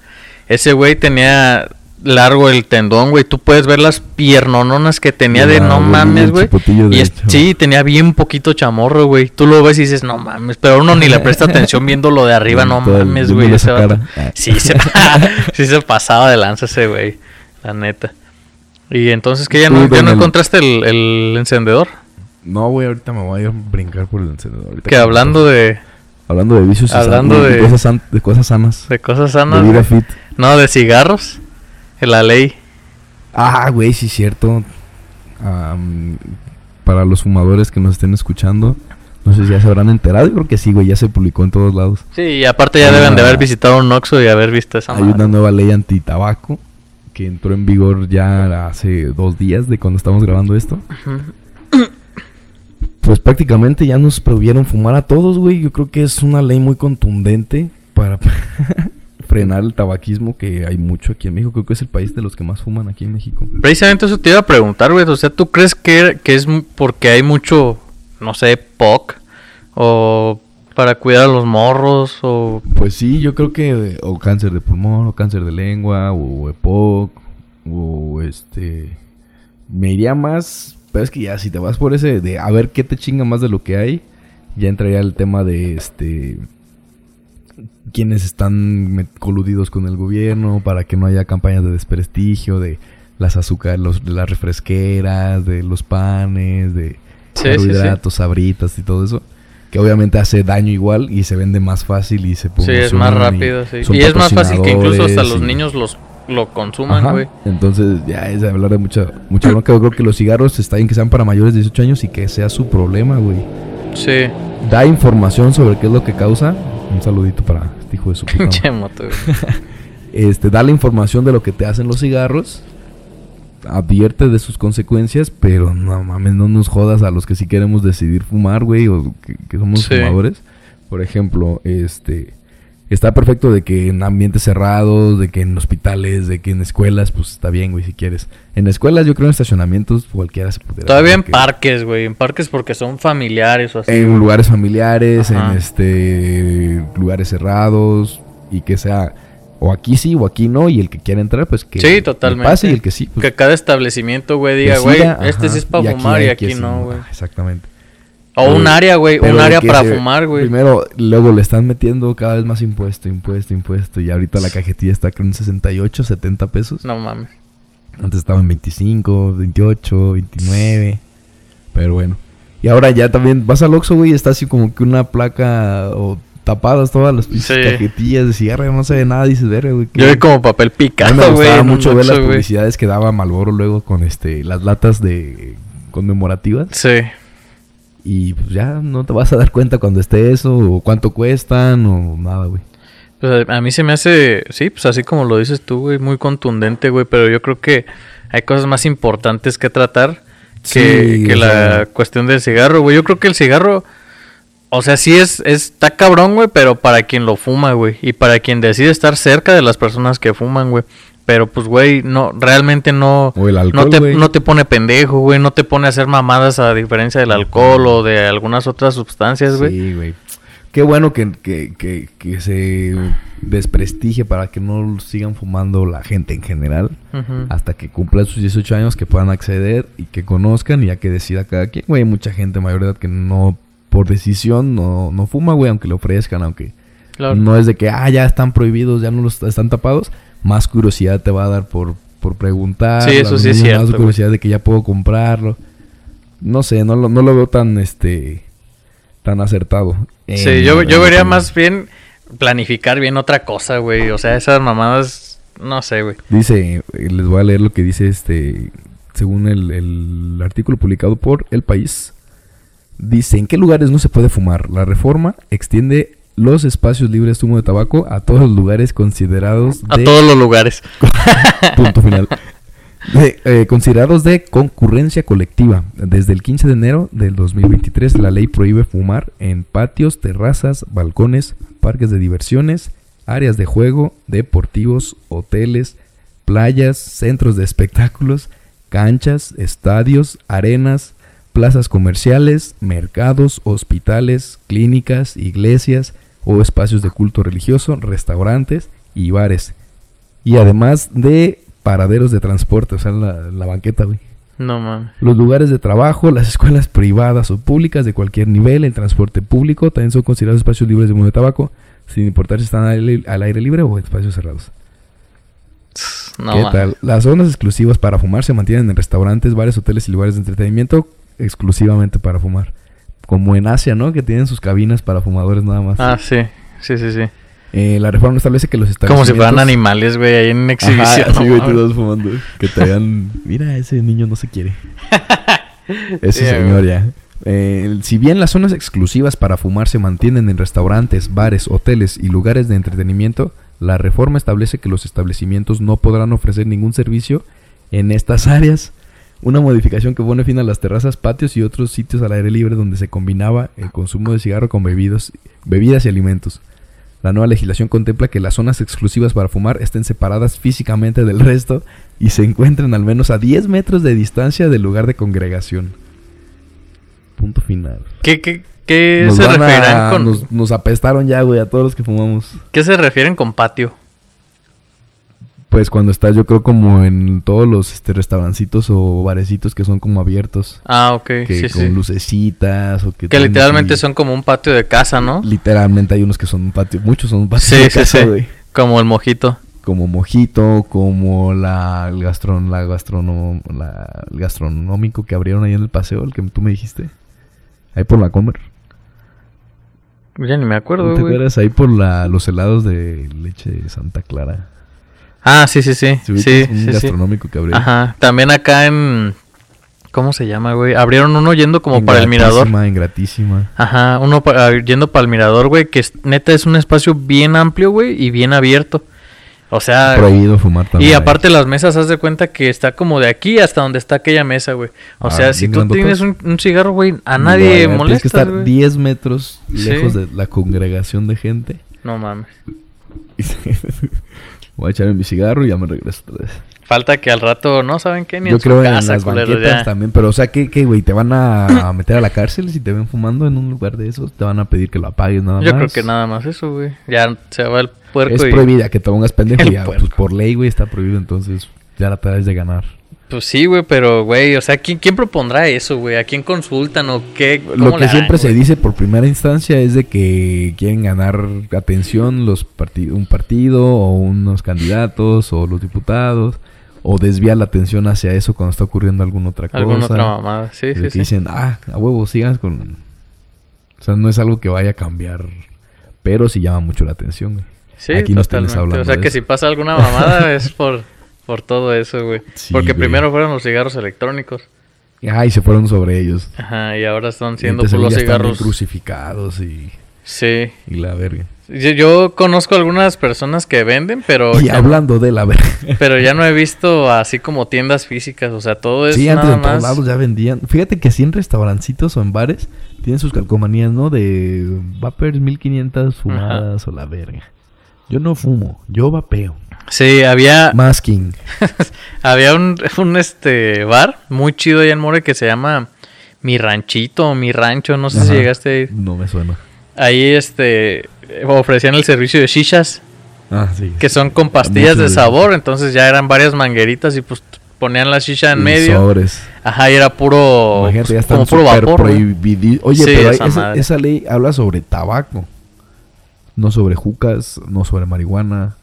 S2: ese güey tenía largo el tendón, güey. Tú puedes ver las piernononas que tenía de
S1: Ah,
S2: no
S1: güey,
S2: mames,
S1: el
S2: güey.
S1: chipotillo
S2: Y es-
S1: derecho.
S2: sí, tenía bien poquito chamorro, güey. Tú lo ves y dices, no mames, pero uno ni le presta
S1: (laughs)
S2: atención viéndolo de arriba, no
S1: Todo el-
S2: mames,
S1: viéndole
S2: güey. ese
S1: esa
S2: vato.
S1: cara.
S2: Sí, se, (laughs) sí se pasaba de lanza ese güey, la neta. Y entonces que ya
S1: Tú,
S2: no, ya
S1: don
S2: no
S1: el-
S2: encontraste el, el encendedor.
S1: No, güey, ahorita me voy a brincar por el encendedor. Ahorita
S2: Que hablando de,
S1: Hablando de vicios y
S2: Hablando
S1: san-
S2: de-
S1: cosas san- de cosas sanas.
S2: de cosas
S1: de
S2: sanas.
S1: vida
S2: güey.
S1: fit.
S2: No, de cigarros. En la ley.
S1: Ah, güey, sí, cierto. Am, para los fumadores que nos estén escuchando, no sé si ya se habrán enterado. Yo creo que sí, güey, ya se publicó en todos lados.
S2: Sí, y aparte ya deben de haber visitado un Oxxo y haber visto esa
S1: Hay
S2: madre.
S1: una nueva ley antitabaco que entró en vigor ya hace dos días de cuando estamos grabando esto.
S2: Ujú.
S1: Pues prácticamente ya nos prohibieron fumar a todos, güey. Yo creo que es una ley muy contundente para (laughs) frenar el tabaquismo que hay mucho aquí en México. Creo que es el país de los que más fuman aquí en México.
S2: Precisamente eso te iba a preguntar, güey. O sea, ¿tú crees que, que es mu- porque hay mucho, no sé, POC O para cuidar a los morros, o...
S1: Pues sí, yo creo que eh, o cáncer de pulmón, o cáncer de lengua, o EPOC, o este... Me iría más, pero es que ya si te vas por ese de a ver qué te chinga más de lo que hay, ya entraría el tema de este... Quienes están me- coludidos con el gobierno para que no haya campañas de desprestigio, de las azúcares, los, de las refresqueras, de los panes, de
S2: Sí, sí, sí.
S1: carbohidratos, sabritas y todo eso. Que obviamente hace daño igual y se vende más fácil y se
S2: Sí, es
S1: promociona
S2: más
S1: y
S2: rápido, sí.
S1: son
S2: Y es más fácil que incluso hasta
S1: patrocinadores
S2: los
S1: y-
S2: niños los, lo consuman,
S1: Ajá.
S2: güey.
S1: Entonces, ya es de hablar de mucha, mucha bronca. Yo creo que los cigarros está bien que sean para mayores de 18 años y que sea su problema, güey.
S2: Sí,
S1: Da información sobre qué es lo que causa. Un saludito para este hijo de su
S2: (laughs)
S1: puta madre.
S2: pinche moto, güey.
S1: este, da la información de lo que te hacen los cigarros, advierte de sus consecuencias, pero no mames, no nos jodas a los que sí queremos decidir fumar, güey, o que, que somos
S2: Sí.
S1: fumadores. Por ejemplo, este, está perfecto de que en ambientes cerrados, de que en hospitales, de que en escuelas, pues está bien, güey, si quieres. En escuelas, yo creo en estacionamientos cualquiera se pudiera.
S2: Todavía en
S1: porque-
S2: parques, güey. En parques porque son familiares o así.
S1: en lugares familiares,
S2: Ajá.
S1: en este lugares cerrados y que sea o aquí sí o aquí no y el que quiera entrar pues que
S2: Sí,
S1: le
S2: totalmente.
S1: pase y el que sí pues,
S2: que cada establecimiento, güey,
S1: que
S2: diga, güey,
S1: siga,
S2: este
S1: ajá,
S2: sí es para fumar y aquí
S1: sí,
S2: no, güey.
S1: ah, Exactamente.
S2: O un
S1: Pero-
S2: área, güey,
S1: Pero
S2: un área
S1: que
S2: para
S1: se-
S2: fumar, güey.
S1: Primero, luego le están metiendo cada vez más impuesto, impuesto, impuesto y ahorita la cajetilla está con 68, 70 pesos.
S2: No mames.
S1: Antes estaba en 25, 28, 29. Pero bueno. Y ahora ya también vas al Oxxo, güey, y está así como que una placa o tapadas todas las pinches
S2: Sí.
S1: cajetillas de cigarro, no se ve nada, dices, verga, güey.
S2: Yo vi como papel
S1: A mí
S2: picado,
S1: me
S2: güey.
S1: gustaba
S2: en un
S1: mucho ver las
S2: Oxxo, güey.
S1: publicidades que daba Malboro luego con este las latas de conmemorativas
S2: Sí.
S1: y pues ya no te vas a dar cuenta cuando esté eso o cuánto cuestan o nada, güey.
S2: Pues a a mí se me hace, sí, pues así como lo dices tú, güey, muy contundente, güey, pero yo creo que hay cosas más importantes que tratar que,
S1: Sí,
S2: que
S1: o
S2: la
S1: sea.
S2: cuestión del cigarro, güey. Yo creo que el cigarro, o sea, sí es, es- está cabrón, güey, pero para quien lo fuma, güey, y para quien decide estar cerca de las personas que fuman, güey. Pero pues, güey, no, realmente no,
S1: O el alcohol,
S2: no, te,
S1: güey.
S2: no te pone pendejo, güey, no te pone a hacer mamadas a diferencia del alcohol o de algunas otras sustancias, güey.
S1: Sí, güey. Qué bueno que, que- que- que se desprestigie para que no sigan fumando la gente en general
S2: Ujú.
S1: hasta que cumplan sus 18 años, que puedan acceder y que conozcan y ya que decida cada quien. Güey, hay mucha gente mayor de edad que no, por decisión, no, no fuma, güey, aunque le ofrezcan, aunque
S2: Claro.
S1: no es de que, ah, ya están prohibidos, ya no los están tapados. Más curiosidad te va a dar por, por preguntar.
S2: Sí, eso
S1: a lo
S2: sí es
S1: mejor
S2: cierto,
S1: Más
S2: güey.
S1: curiosidad de que ya puedo comprarlo. No sé, no lo, no lo veo tan, este, tan acertado. Eh,
S2: Sí,
S1: En-
S2: yo, yo
S1: en
S2: vería
S1: el-
S2: más bien planificar bien otra cosa, güey. O sea, esas mamadas, no sé, güey.
S1: Dice, eh, les voy a leer lo que dice este, según el, el artículo publicado por El País. Dice, ¿en qué lugares no se puede fumar? La reforma extiende los espacios libres de humo de tabaco a todos los lugares considerados
S2: A
S1: de...
S2: todos los lugares.
S1: (laughs) Punto final. De, eh, considerados de concurrencia colectiva. Desde el 15 de enero del 2023 la ley prohíbe fumar en patios, terrazas, balcones, parques de diversiones, áreas de juego, deportivos, hoteles, playas, centros de espectáculos, canchas, estadios, arenas, plazas comerciales, mercados, hospitales, clínicas, iglesias o espacios de culto religioso, restaurantes y bares. Y además de paraderos de transporte, o sea, la, la banqueta, güey.
S2: No mames.
S1: Los lugares de trabajo, las escuelas privadas o públicas de cualquier nivel, el transporte público, también son considerados espacios libres de humo de tabaco, sin importar si están al, aire- al aire libre o en espacios cerrados.
S2: No
S1: ¿Qué
S2: mames.
S1: tal? Las zonas exclusivas para fumar se mantienen en restaurantes, bares, hoteles y lugares de entretenimiento exclusivamente para fumar. Como en Asia, ¿no? Que tienen sus cabinas para fumadores nada más.
S2: Ah, sí. Sí, sí, sí.
S1: Eh, la reforma establece que los
S2: Como si fueran
S1: establecimientos-
S2: animales, güey, ahí en
S1: Ajá,
S2: exhibición.
S1: sí,
S2: no
S1: güey, tú
S2: mames.
S1: estás fumando. Que te hagan. Mira, ese niño no se quiere. Ese
S2: Yeah,
S1: señor ya. Eh, el- si bien las zonas exclusivas para fumar se mantienen en restaurantes, bares, hoteles y lugares de entretenimiento, la reforma establece que los establecimientos no podrán ofrecer ningún servicio en estas (laughs) áreas. Una modificación que pone fin a las terrazas, patios y otros sitios al aire libre donde se combinaba el consumo de cigarro con bebidos, bebidas y alimentos. La nueva legislación contempla que las zonas exclusivas para fumar estén separadas físicamente del resto y se encuentren al menos a 10 metros de distancia del lugar de congregación. Punto final.
S2: ¿Qué, qué, qué
S1: Nos
S2: se
S1: van a-
S2: referirán con.
S1: nos, nos apestaron ya, güey, a todos los que fumamos.
S2: ¿Qué se refieren con patio?
S1: Pues cuando estás, yo creo, como en todos los este, restaurancitos o barecitos que son como abiertos.
S2: Ah, ok,
S1: Que
S2: sí,
S1: con
S2: sí.
S1: lucecitas o que...
S2: Que
S1: tienen
S2: literalmente
S1: así-
S2: son como un patio de casa, ¿no?
S1: Literalmente hay unos que son un patio, muchos son un patio
S2: Sí,
S1: de
S2: sí,
S1: casa,
S2: sí.
S1: güey.
S2: Como el mojito.
S1: Como Mojito, como la, el, gastron, la, gastrono, la- el gastronómico que abrieron ahí en el paseo, el que tú me dijiste. Ahí por la Comer.
S2: Ya ni me
S1: ¿No
S2: acuerdo,
S1: te
S2: güey.
S1: acuerdas? Ahí por la, los helados de leche de Santa Clara.
S2: Ah, sí, sí, sí. Sí,
S1: ubicas?
S2: sí,
S1: un
S2: sí.
S1: gastronómico que abrió.
S2: Ajá. También acá en. ¿Cómo se llama, güey? Abrieron uno yendo como para el mirador.
S1: Ingratísima, ingratísima.
S2: Ajá, uno pa- ah, yendo para el mirador, güey, que es- neta es un espacio bien amplio, güey, y bien abierto. O sea,
S1: Prohibido fumar también.
S2: Ah, y
S1: ahí.
S2: aparte las mesas, haz de cuenta que está como de aquí hasta donde está aquella mesa, güey. O
S1: Ah,
S2: sea, si
S1: bien
S2: tú
S1: grandotas.
S2: tienes un, un cigarro, güey, a
S1: No,
S2: nadie
S1: ya eh, Tienes que
S2: molesta,
S1: estar
S2: güey.
S1: 10 metros
S2: Sí.
S1: lejos de la congregación de gente. (laughs)
S2: No mames.
S1: Voy a echarme mi cigarro y ya me regreso otra vez.
S2: Falta que al rato, no saben qué, ni
S1: Yo
S2: en su
S1: creo en
S2: casa,
S1: las
S2: culero,
S1: banquetas
S2: ya.
S1: también, pero o sea, ¿qué, qué, güey? ¿Te van a (coughs) meter a la cárcel si te ven fumando en un lugar de esos? ¿Te van a pedir que lo apagues nada
S2: Yo
S1: más?
S2: creo que nada más eso, güey. Ya se va el puerco
S1: Es
S2: y...
S1: prohibida que te pongas pendejo
S2: El
S1: ya, pues,
S2: puerco.
S1: por ley, güey, está prohibido, entonces ya la traes de ganar.
S2: Pues sí, güey, pero, güey, o sea, ¿quién, quién propondrá eso, güey? ¿A quién consultan o qué? ¿Cómo
S1: Lo
S2: le
S1: que
S2: harán,
S1: siempre se
S2: güey?
S1: dice por primera instancia es de que quieren ganar atención los parti- un partido o unos candidatos o los diputados o desviar la atención hacia eso cuando está ocurriendo alguna otra cosa.
S2: Alguna otra mamada, sí,
S1: de
S2: sí,
S1: que
S2: sí.
S1: dicen, ah, a huevo, sigan con... O sea, no es algo que vaya a cambiar, pero sí llama mucho la atención. güey.
S2: Sí,
S1: Aquí no estamos
S2: totalmente.
S1: hablando
S2: O sea,
S1: de
S2: que
S1: eso.
S2: si pasa alguna
S1: (laughs)
S2: mamada es por, por todo eso, güey.
S1: Sí,
S2: Porque
S1: güey.
S2: primero fueron los cigarros electrónicos.
S1: Ay, se fueron sobre ellos.
S2: Ajá, y ahora están siendo
S1: Entonces,
S2: por los
S1: ya están bien
S2: cigarros.
S1: crucificados y,
S2: Sí.
S1: y la verga.
S2: Yo, yo conozco algunas personas que venden, pero
S1: Y
S2: ya,
S1: hablando de la verga.
S2: pero ya no he visto así como tiendas físicas. O sea, todo es
S1: Sí, antes
S2: nada
S1: en todos
S2: más.
S1: lados ya vendían. Fíjate que sí en restaurancitos o en bares tienen sus calcomanías, ¿no? De vapers 1500 fumadas o la verga. Yo no fumo, yo vapeo.
S2: Sí, había,
S1: Masking.
S2: había un, (laughs) un, este bar muy chido allá en More que se llama Mi Ranchito o Mi Rancho. No sé si
S1: Ajá.
S2: llegaste a ir.
S1: No me suena.
S2: Ahí este ofrecían el servicio de shishas.
S1: Ah, sí.
S2: que son con pastillas
S1: Mucho
S2: de
S1: de-
S2: sabor, entonces ya eran varias mangueritas y pues t- ponían la shisha en
S1: Y
S2: medio.
S1: sobres.
S2: Ajá, y era puro
S1: Imagínate, ya
S2: pues,
S1: están
S2: como puro
S1: súper
S2: vapor. güey.
S1: prohibidi- Oye,
S2: Sí,
S1: pero hay-
S2: esa
S1: esa,
S2: madre.
S1: esa ley habla sobre tabaco. No sobre jucas, no sobre marihuana.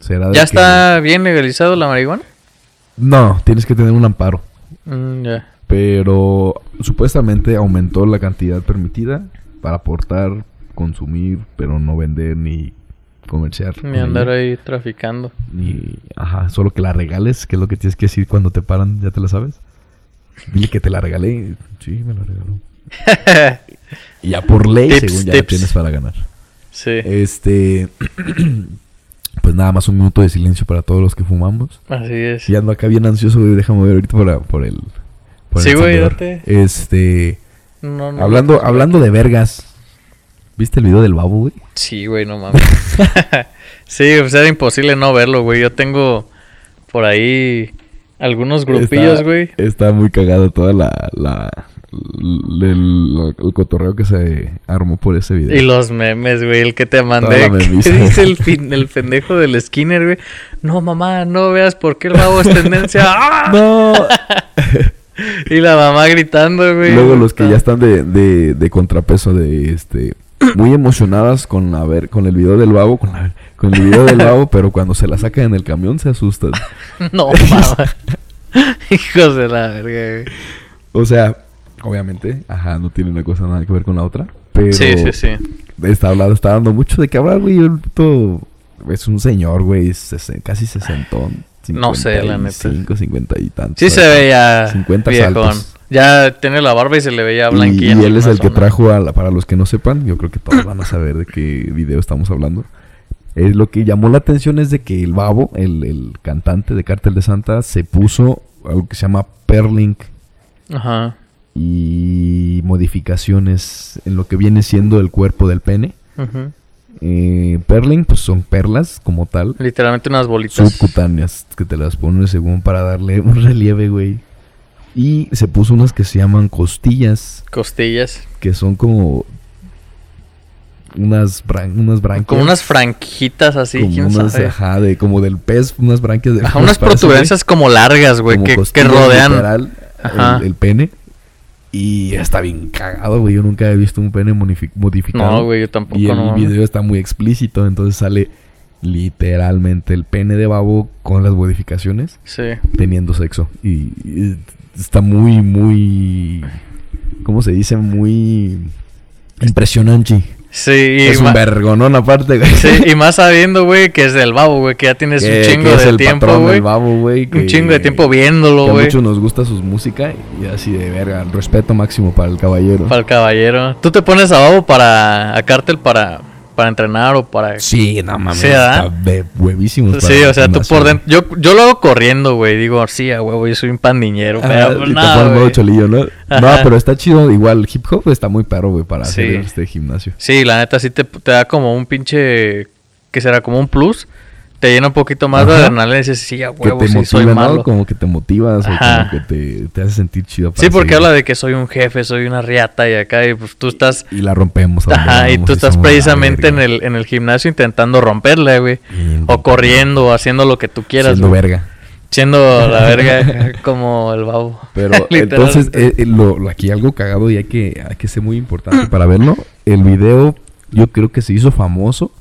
S1: Será de
S2: ¿Ya
S1: que-
S2: está bien legalizado la marihuana?
S1: No, tienes que tener un amparo.
S2: Mm, ya.
S1: Pero supuestamente aumentó la cantidad permitida para aportar, consumir, pero no vender ni comerciar. con
S2: Ni andar
S1: ella.
S2: ahí
S1: (laughs)
S2: traficando.
S1: Ni- ajá, solo que la regales, que es lo que tienes que decir cuando te paran, ya te la sabes. Dile que te la regalé. Sí, me la regaló. Y ya por ley,
S2: Tips,
S1: según ya
S2: tips.
S1: tienes para ganar.
S2: sí.
S1: Este. (clears throat) pues nada más un minuto de silencio para todos los que fumamos.
S2: Así es.
S1: Si ando acá bien ansioso, güey, déjame ver ahorita por, por el. por el
S2: Sí, güey,
S1: encendedor.
S2: date.
S1: Este.
S2: No, no.
S1: Hablando, hablando de vergas. ¿Viste el video del babo, güey?
S2: Sí, güey, no mames. (laughs) sí, o sea, era imposible no verlo, güey. Yo tengo por ahí algunos grupillos,
S1: Está-
S2: güey.
S1: Está, muy cagado toda la. la l- el, el cotorreo que se armó por ese video.
S2: Y los memes, güey, el que te
S1: Toda
S2: mandé.
S1: la
S2: ¿Qué
S1: memisa.
S2: (laughs) dice el, fin- el pendejo del Skinner, güey? No, mamá, no veas por qué el babo es
S1: (laughs)
S2: tendencia. ¡Ah!
S1: No.
S2: Y la mamá gritando, güey.
S1: Luego los que ya están de, de, de contrapeso de este muy emocionadas con la ver con el video del babo, con, la- con el video del
S2: (laughs)
S1: babo, pero cuando se la sacan en el camión se asustan.
S2: (laughs) No, mamá. (laughs) Hijos de la verga, güey.
S1: O sea, obviamente, ajá, no tiene una cosa nada que ver con la otra, pero
S2: Sí, sí, sí.
S1: está hablando, está dando mucho de qué hablar, güey, el puto- es un señor, güey, sesen- casi sesentón.
S2: No sé, la neta.
S1: 55, 50 y tantos.
S2: Sí se veía
S1: 50
S2: viejón.
S1: pues, saltos.
S2: Ya tiene la barba y se le veía
S1: Y,
S2: blanquilla.
S1: y
S2: en
S1: él es
S2: alguna
S1: el que
S2: zona.
S1: trajo, a la- para los que no sepan, yo creo que todos van a saber de qué video estamos hablando. Es lo que llamó la atención es de que el babo, el, el cantante de Cártel de Santa, se puso algo que se llama perlink
S2: Ajá.
S1: y modificaciones en lo que viene siendo el cuerpo del pene.
S2: ujú.
S1: Eh, perlink, pues son perlas como tal,
S2: Literalmente unas bolitas.
S1: (laughs) subcutáneas, que te las pones según para darle un relieve, güey. Y se puso unas que se llaman costillas,
S2: Costillas.
S1: que son como unas, bran- unas branquias.
S2: Como unas franquitas así,
S1: como
S2: quién
S1: unas,
S2: sabe.
S1: ajá, de, como del pez, unas branquias de
S2: Ajá, unas
S1: parece, güey,
S2: protuberancias como largas, güey,
S1: como
S2: que, que
S1: costillas,
S2: rodean.
S1: literal,
S2: Ajá.
S1: El, el pene. Y está bien cagado, güey. Yo nunca he visto un pene modifi- modificado.
S2: No, güey, yo tampoco.
S1: Y el
S2: no,
S1: video está muy explícito, entonces sale literalmente el pene de babo con las modificaciones
S2: Sí.
S1: teniendo sexo. Y, y está muy, muy. ¿Cómo se dice? Muy. Impresionante.
S2: Sí, y,
S1: es un
S2: ma-
S1: vergonón aparte, güey. (laughs)
S2: sí, y más sabiendo, güey, que es del babo, güey, que ya tienes
S1: Que-
S2: un chingo
S1: que es
S2: de
S1: el
S2: tiempo,
S1: patrón del
S2: güey.
S1: babo, güey, que-
S2: Un chingo de tiempo viéndolo,
S1: Que a
S2: güey.
S1: muchos nos gusta su música y así de verga. Respeto máximo para el caballero.
S2: Para el caballero. ¿Tú te pones a babo para. a cártel para. para entrenar o para. Sí,
S1: Sí, no mames.
S2: Sí, ¿verdad?
S1: está de huevísimos para el
S2: o sea, tú
S1: gimnasio,
S2: por
S1: güey.
S2: dentro. Yo, yo lo hago corriendo, güey. Digo, sí, a huevo, yo soy un pandiñero.
S1: Ajá,
S2: pero pues
S1: Ah, y te
S2: nada,
S1: ponen modo
S2: güey.
S1: cholillo, ¿no? No,
S2: Ajá.
S1: pero está chido. Igual hip hop está muy perro, güey, para
S2: Sí.
S1: hacer este gimnasio.
S2: Sí, la neta, sí te, te da como un pinche. que será como un plus. Te llena un poquito más de
S1: Ajá.
S2: adrenalina y dices, sí, a huevo,
S1: que te
S2: sí, soy
S1: motiva,
S2: malo.
S1: ¿no? Como que te motivas
S2: Ajá.
S1: o como que te, te hace sentir chido.
S2: Sí, porque habla de que soy un jefe, soy una riata y acá, y pues tú estás.
S1: Y la rompemos. a donde
S2: Ajá, y
S1: vamos,
S2: tú estás
S1: somos la
S2: precisamente en
S1: verga.
S2: el, en el gimnasio intentando romperla, güey.
S1: Bien,
S2: O corriendo, o haciendo lo que tú quieras,
S1: Siendo
S2: güey.
S1: verga.
S2: Siendo
S1: (laughs)
S2: la verga como el babo. (laughs)
S1: Pero
S2: Literal.
S1: entonces, eh, eh, lo, lo- aquí algo cagado y hay que, hay que ser muy importante para verlo. El video yo creo que se hizo famoso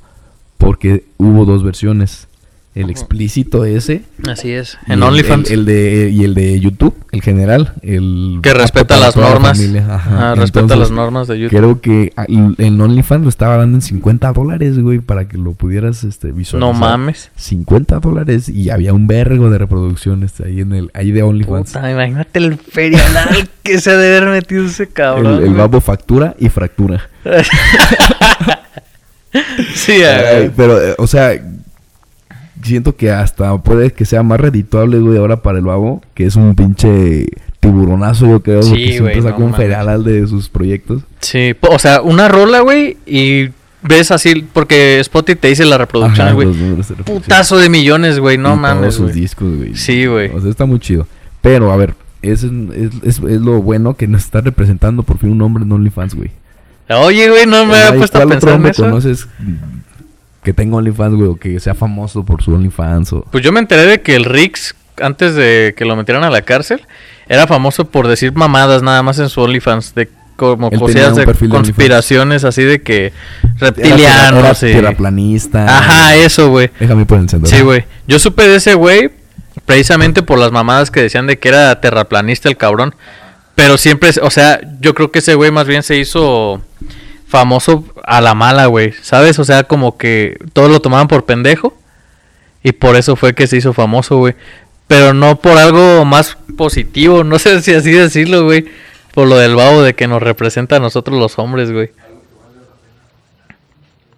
S1: porque hubo dos versiones. El explícito ese
S2: Así es.
S1: eh, Y
S2: En
S1: el-
S2: OnlyFans.
S1: El, el de, y el de YouTube, el general. El
S2: que respeta
S1: para
S2: las
S1: toda la
S2: normas.
S1: familia, ajá.
S2: Ajá, respeta
S1: Entonces,
S2: las normas de YouTube.
S1: Creo que a- en OnlyFans lo estaba dando en 50 dólares, güey, para que lo pudieras este, visualizar.
S2: No mames.
S1: 50 dólares y había un vergo de reproducciones ahí en el ahí de OnlyFans.
S2: Puta, imagínate el ferial que se ha de haber metido ese
S1: El,
S2: cabrón.
S1: el
S2: güey. (laughs)
S1: babo factura y fractura.
S2: sí,
S1: Ay,
S2: güey.
S1: pero, eh, o sea, siento que hasta puede que sea más redituable, güey, ahora para el babo, que es un pinche tiburonazo, yo creo,
S2: Sí,
S1: porque siempre
S2: güey,
S1: saca
S2: no
S1: un
S2: mames.
S1: federal al de sus proyectos.
S2: Sí, po- o sea, una rola, güey, y ves así, porque Spotify te dice las reproducciones,
S1: Ajá,
S2: güey.
S1: los números de reproducción.
S2: Putazo de millones, güey, no
S1: Y Todos
S2: mames,
S1: sus
S2: güey.
S1: discos, güey.
S2: Sí, güey.
S1: O sea, está muy chido. Pero, a ver, es, es, es- es lo bueno que nos está representando por fin un hombre en OnlyFans, güey.
S2: Oye, güey, no me
S1: Ay,
S2: había puesto a
S1: ¿cuál otro
S2: pensar en
S1: hombre
S2: eso.
S1: conoces que tenga OnlyFans, güey, o que sea famoso por su OnlyFans? O...
S2: Pues yo me enteré de que el Rix, antes de que lo metieran a la cárcel, era famoso por decir mamadas nada más en su OnlyFans, de como
S1: Él tenía
S2: cosillas
S1: un
S2: de
S1: perfil de OnlyFans.
S2: conspiraciones así de que
S1: Era tierra- era
S2: reptilianos y...
S1: tierraplanista.
S2: Ajá, eso, güey.
S1: Déjame por el sendero.
S2: Sí, güey. Yo supe de ese güey precisamente por las mamadas que decían de que era terraplanista el cabrón. Pero siempre, o sea, yo creo que ese güey más bien se hizo famoso a la mala, güey. ¿Sabes? O sea, como que todos lo tomaban por pendejo. Y por eso fue que se hizo famoso, güey. Pero no por algo más positivo, (laughs) no sé si así decirlo, güey. Por lo del babo de que nos representa a nosotros los hombres, güey.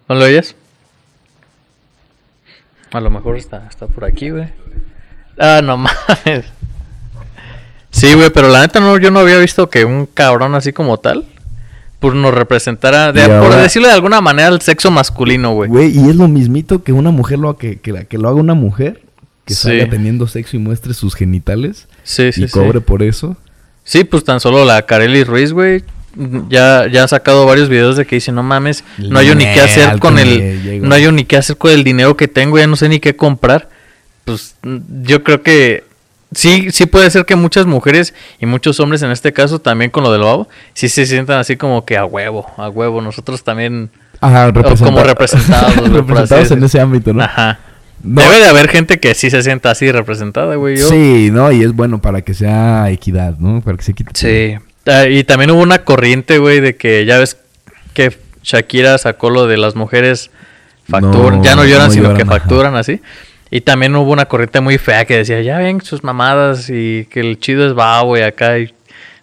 S2: ¿No lo oyes? A lo mejor está, está por aquí, güey. Ah, no (laughs) mames. Sí, güey, pero la neta no, yo no había visto que un cabrón así como tal, pues nos representara, de-
S1: Y
S2: por
S1: ahora-
S2: decirlo de alguna manera, el sexo masculino, güey.
S1: Güey, y es lo mismito que una mujer lo ha- que, que, la- que lo haga una mujer que
S2: Sí.
S1: salga teniendo sexo y muestre sus genitales
S2: Sí, sí,
S1: y
S2: sí.
S1: cobre por eso.
S2: Sí, pues tan solo la Kareli Ruiz, güey. Ya, ya ha sacado varios videos de que dice, no mames, no hay ni qué hacer
S1: Dineral
S2: con
S1: que
S2: el,
S1: llegó".
S2: no hay ni qué hacer con el dinero que tengo, ya no sé ni qué comprar. Pues mm, yo creo que sí, sí puede ser que muchas mujeres y muchos hombres en este caso también con lo del babo, sí se sientan así como que a huevo, a huevo, nosotros también,
S1: Ajá,
S2: representa- como
S1: (laughs)
S2: representados, güey, por así
S1: representados en
S2: decirlo.
S1: ese ámbito, ¿no?
S2: ajá.
S1: No,
S2: Debe de haber gente que sí se sienta así representada, güey. Yo-
S1: Sí, no, y es bueno para que sea equidad, ¿no? Para que se quite.
S2: Sí. Ah, y también hubo una corriente, güey, de que ya ves que Shakira sacó lo de las mujeres facturan,
S1: No,
S2: ya no lloran,
S1: no
S2: sino
S1: lloran,
S2: que
S1: ajá.
S2: facturan así. Y también hubo una corriente muy fea que decía, ya ven sus mamadas y que el chido es babo y acá. y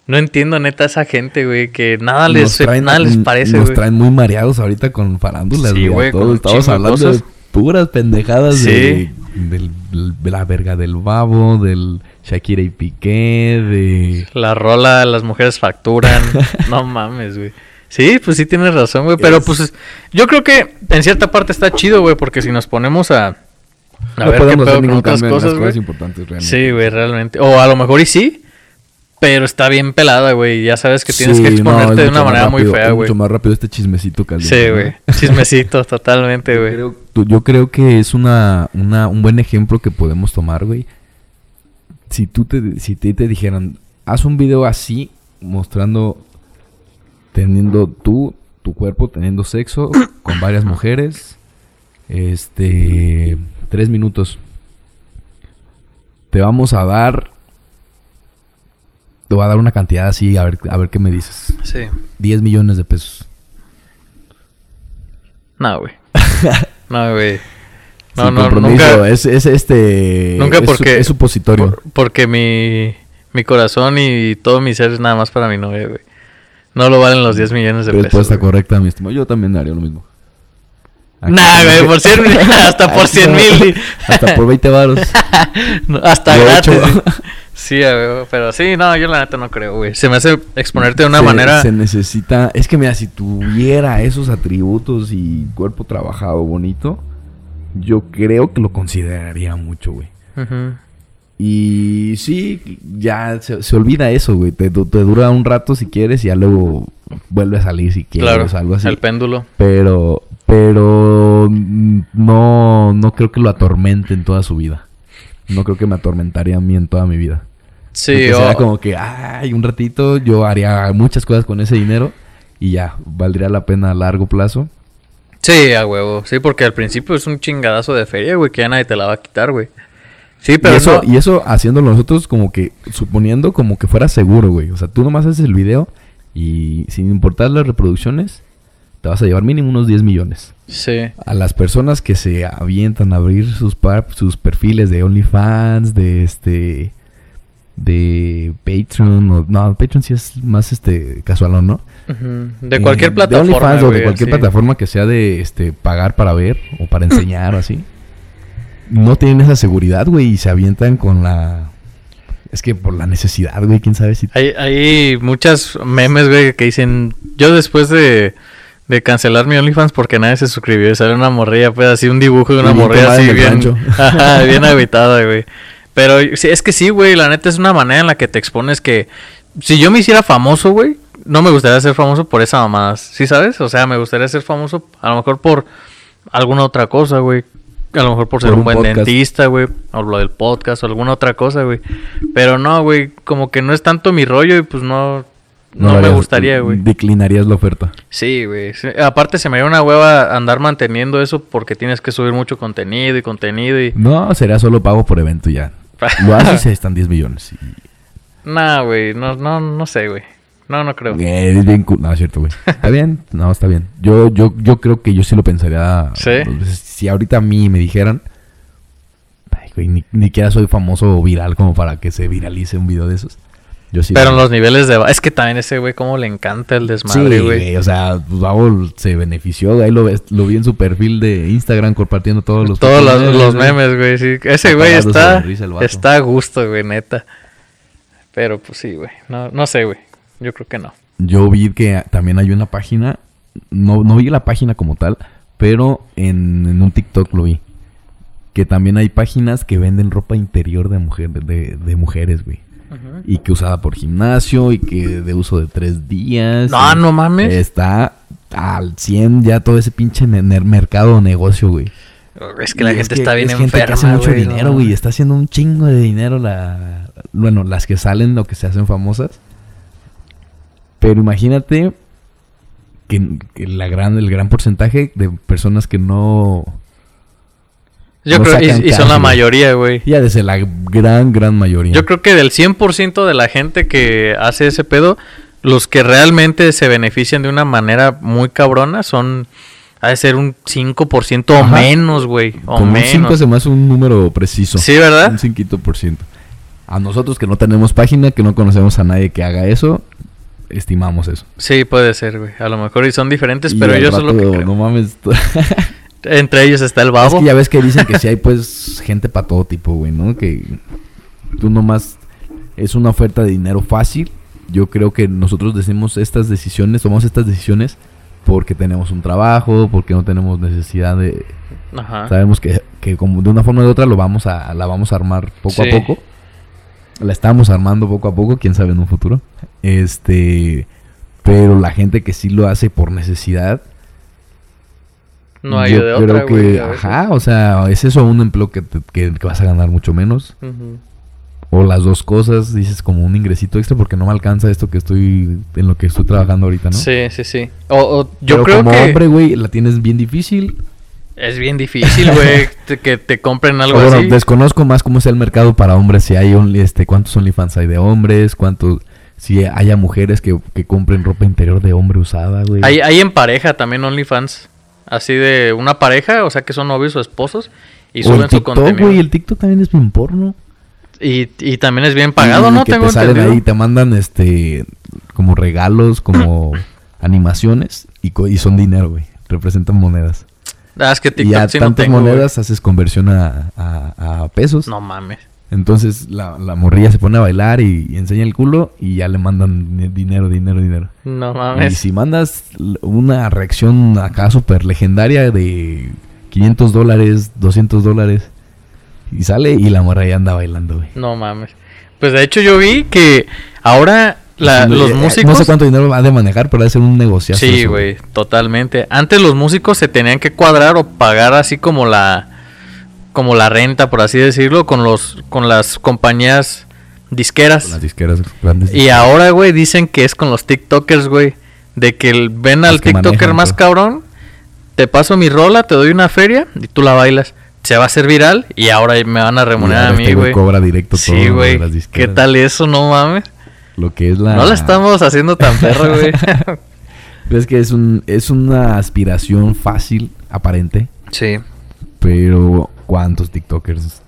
S2: no entiendo neta esa gente, güey, que nada
S1: Nos
S2: Ah, les,
S1: traen-
S2: nada les parece,
S1: Nos
S2: güey.
S1: traen muy mareados ahorita con farándulas,
S2: Sí,
S1: güey.
S2: güey,
S1: a todo.
S2: con un
S1: Estamos
S2: chingo de
S1: hablando de
S2: cosas.
S1: puras pendejadas
S2: Sí.
S1: de, del- de la verga del babo, del Shakira y Piqué, de...
S2: La rola, las
S1: (laughs)
S2: mujeres facturan. no mames, güey. Sí, pues sí tienes razón, güey. Pero
S1: Es-
S2: pues yo creo que en cierta parte está chido, güey, porque si nos ponemos a, a
S1: no
S2: ver qué
S1: podemos
S2: pedo
S1: hacer
S2: con
S1: ningún
S2: otras
S1: cambio en
S2: cosas,
S1: las cosas
S2: güey.
S1: importantes realmente.
S2: Sí, güey, realmente. O a lo mejor y sí, Pero está bien pelada, güey. Ya sabes que tienes que
S1: Sí, no,
S2: exponerte
S1: es
S2: de una
S1: mucho más
S2: manera muy
S1: rápido,
S2: fea,
S1: es
S2: güey.
S1: Mucho más rápido este chismecito caliente.
S2: Sí,
S1: ¿no? (laughs)
S2: güey. Chismecito, totalmente,
S1: Yo
S2: güey.
S1: creo- tú- Yo creo que es una, una- un buen ejemplo que podemos tomar, güey. Si tú te, si te, te dijeran, haz un video así, mostrando, teniendo tú, tu cuerpo, teniendo sexo con varias mujeres, este, tres minutos. Te vamos a dar, te voy a dar una cantidad así, a ver, a ver qué me dices.
S2: Sí.
S1: 10 millones de pesos. (laughs)
S2: No, güey. No, güey. No,
S1: Sin
S2: no,
S1: compromiso.
S2: nunca.
S1: Es, es este.
S2: Nunca
S1: es su-
S2: porque-
S1: Es supositorio.
S2: por- porque mi, mi corazón y todo mi ser es nada más para mi novia, güey. No lo valen los 10 millones de pesos.
S1: Respuesta
S2: güey.
S1: correcta, mi estimado. Yo también haría lo mismo.
S2: Nah, güey, por 100 mil,
S1: (laughs)
S2: hasta por
S1: Aquí
S2: 100 mil.
S1: Hasta por 20 varos.
S2: (laughs) No, hasta
S1: De hecho.
S2: gratis. güey. (laughs) Sí, a huevo, pero sí, no, yo la neta no creo, güey. Se me hace exponerte de una
S1: Se-
S2: manera.
S1: Se necesita. Es que mira, si tuviera esos atributos y cuerpo trabajado bonito, yo creo que lo consideraría mucho, güey.
S2: Ujú.
S1: Y sí, ya se, se olvida eso, güey. Te, du- te dura un rato si quieres y ya luego vuelve a salir si quieres
S2: Claro,
S1: o algo así.
S2: el péndulo.
S1: Pero, pero mm, no, no creo que lo atormente en toda su vida. No creo que me atormentaría a mí en toda mi vida.
S2: Sí,
S1: Porque
S2: o,
S1: será como que, ay, un ratito yo haría muchas cosas con ese dinero y ya, valdría la pena a largo plazo.
S2: sí, a huevo. Sí, porque al principio es un chingadazo de feria, güey, que ya nadie te la va a quitar, güey. Sí, pero
S1: y, eso,
S2: no-
S1: y eso haciéndolo nosotros como que, suponiendo como que fuera seguro, güey. O sea, tú nomás haces el video y sin importar las reproducciones, te vas a llevar mínimo unos 10 millones.
S2: Sí.
S1: a las personas que se avientan a abrir sus par- sus perfiles de OnlyFans, de este de Patreon o no, Patreon sí es más este casual, ¿no?
S2: Ujú. De
S1: Eh,
S2: cualquier plataforma.
S1: de OnlyFans o de
S2: güey,
S1: cualquier
S2: así.
S1: plataforma que sea de este pagar para ver o para enseñar o así. No tienen esa seguridad, güey, y se avientan con la es que por la necesidad, güey, quién sabe si
S2: Hay, hay muchas memes, güey, que dicen, yo después de, de cancelar mi OnlyFans porque nadie se suscribió, y sale una morrilla, pues así un dibujo de una
S1: Y bien
S2: morrilla
S1: tomada
S2: así
S1: en el
S2: bien,
S1: rancho.
S2: (laughs) ajá, bien habitada, güey. Pero sí, es que sí, güey, la neta es una manera en la que te expones que si yo me hiciera famoso, güey, no me gustaría ser famoso por esa mamada, ¿sí sabes? O sea, me gustaría ser famoso a lo mejor por alguna otra cosa, güey. A lo mejor por ser
S1: Por
S2: un
S1: un
S2: buen
S1: podcast.
S2: dentista, güey. O lo del podcast o alguna otra cosa, güey. Pero no, güey. Como que no es tanto mi rollo y pues no...
S1: no
S2: No,
S1: lo
S2: me
S1: harías- eh,
S2: gustaría, güey.
S1: Declinarías la oferta.
S2: Sí, güey. sí. Aparte se me dio una hueva andar manteniendo eso porque tienes que subir mucho contenido y contenido y...
S1: No, sería solo pago por evento y
S2: (laughs)
S1: ya. Lo haces y ahí están 10 millones. y-
S2: nah, güey. No, no, no sé, güey. No, no creo.
S1: Eh, es bien cu- No, es cierto, güey. ¿Está bien? No, está bien. Yo, yo, yo creo que yo sí lo pensaría.
S2: ¿Sí?
S1: dos veces. Si ahorita a mí me dijeran. Ay, güey, ni, ni siquiera soy famoso o viral como para que se viralice un video de esos. Yo sí.
S2: Pero en los niveles de... ba- Es que también ese güey como le encanta el desmadre,
S1: Sí,
S2: güey.
S1: güey. O sea, pues, Raúl se benefició. Ahí lo, ves- lo vi en su perfil de Instagram compartiendo todos los.
S2: Todos los,
S1: memes,
S2: los
S1: güey.
S2: memes, güey. Sí. Ese güey
S1: Cagándose
S2: está,
S1: de risa el vato.
S2: está a gusto, güey, neta. Pero pues sí, güey. No, no sé, güey. Yo creo que no.
S1: Yo vi que también hay una página, no, no vi la página como tal, pero en, en un TikTok lo vi. Que también hay páginas que venden ropa interior de, mujer, de, de mujeres, güey. Y que usada por gimnasio y que de uso de tres días.
S2: No,
S1: y
S2: no mames.
S1: Está al 100 ya todo ese pinche ne- ne- mercado o negocio, güey.
S2: Es que la
S1: Y
S2: gente está bien
S1: es gente
S2: enferma,
S1: que hace mucho
S2: güey, no
S1: dinero,
S2: mames.
S1: güey. Está haciendo un chingo de dinero la... Bueno, las que salen o que se hacen famosas. Pero imagínate que, que la gran, el gran porcentaje de personas que no...
S2: Yo
S1: No
S2: creo,
S1: sacan
S2: y, y
S1: cash,
S2: son la
S1: güey.
S2: mayoría, güey.
S1: Ya desde la gran, gran mayoría.
S2: Yo creo que del 100% de la gente que hace ese pedo, los que realmente se benefician de una manera muy cabrona son... Ha de ser un 5% o
S1: Ajá.
S2: menos, güey. O
S1: Como un 5
S2: menos.
S1: se me hace un número preciso.
S2: Sí, ¿verdad?
S1: Un 5%. A nosotros que no tenemos página, que no conocemos a nadie que haga eso, estimamos eso.
S2: Sí, puede ser, güey. A lo mejor y son diferentes,
S1: Y
S2: pero
S1: al
S2: yo solo que
S1: rato,
S2: creo.
S1: No mames. (laughs)
S2: Entre ellos está el
S1: Es
S2: babo.
S1: que ya ves que dicen que sí hay pues (laughs) gente para todo tipo, güey, ¿no? Que tú nomás es una oferta de dinero fácil. Yo creo que nosotros decimos estas decisiones, tomamos estas decisiones porque tenemos un trabajo, porque no tenemos necesidad de...
S2: Ajá.
S1: Sabemos que, que como de una forma u otra lo vamos a, la vamos a armar poco
S2: Sí.
S1: a poco. La estábamos armando poco a poco, quién sabe en un futuro. Este, pero la gente que sí lo hace por necesidad.
S2: No hay
S1: yo
S2: de
S1: creo
S2: otra,
S1: que,
S2: güey. a veces.
S1: ajá, o sea, es eso un empleo que, te- que- que vas a ganar mucho menos.
S2: Ujú.
S1: O las dos cosas, dices como un ingresito extra porque no me alcanza esto que estoy, en lo que estoy trabajando ahorita, ¿no?
S2: Sí, sí, sí. O, o yo
S1: Pero
S2: creo
S1: como
S2: que
S1: hombre, güey, la tienes bien difícil.
S2: es bien difícil,
S1: (laughs)
S2: güey, te- que te compren algo
S1: Bueno,
S2: así.
S1: desconozco más cómo sea el mercado para hombres, si hay only- este, cuántos OnlyFans hay de hombres, cuántos, si haya mujeres que, que compren ropa interior de hombre usada, güey.
S2: Hay, hay en pareja también OnlyFans. Así de una pareja, o sea que son novios o esposos y
S1: o el
S2: suben su
S1: TikTok,
S2: contenido.
S1: güey, el TikTok también es bien porno.
S2: Y, y también es bien pagado,
S1: Y
S2: ¿no?
S1: Que
S2: Tengo
S1: te salen
S2: entendido.
S1: ahí, te mandan este como regalos,
S2: (laughs)
S1: como animaciones y, co- y son dinero, güey. Representan monedas.
S2: Ah, es que
S1: y
S2: TikTok
S1: a
S2: sí no
S1: tantas
S2: tengo, güey.
S1: monedas haces conversión a, a- a pesos.
S2: No mames.
S1: Entonces la, la morrilla se pone a bailar y, y enseña el culo y ya le mandan di- dinero, dinero, dinero.
S2: No
S1: Y
S2: mames.
S1: si mandas l- una reacción acá super legendaria de 500 dólares, 200 dólares y sale y la morra ya anda bailando, güey.
S2: No mames. Pues de hecho yo vi que ahora la-
S1: Haciendo-
S2: los
S1: eh,
S2: músicos...
S1: No sé cuánto dinero va de manejar, pero va a ser un negocio.
S2: Sí, güey, totalmente. Antes los músicos se tenían que cuadrar o pagar así como la como la renta, por así decirlo, con los con las compañías disqueras.
S1: Las disqueras grandes.
S2: Y ahora, güey, dicen que es con los TikTokers, güey, de que el- ven
S1: Los
S2: al
S1: que
S2: TikToker
S1: manejan,
S2: más
S1: pues.
S2: cabrón, te paso mi rola, te doy una feria y tú la bailas. Se va a hacer viral y ahora me van a
S1: Y
S2: remunerar
S1: ahora
S2: a
S1: este
S2: mí, güey.
S1: cobra directo todo
S2: Sí,
S1: lo de
S2: güey.
S1: las
S2: ¿Qué
S1: disqueras.
S2: tal eso? No mames.
S1: Lo que es la.
S2: No la estamos haciendo tan perro,
S1: (laughs)
S2: güey.
S1: Es que es, un, es una aspiración fácil, aparente.
S2: sí.
S1: Pero ¿cuántos TikTokers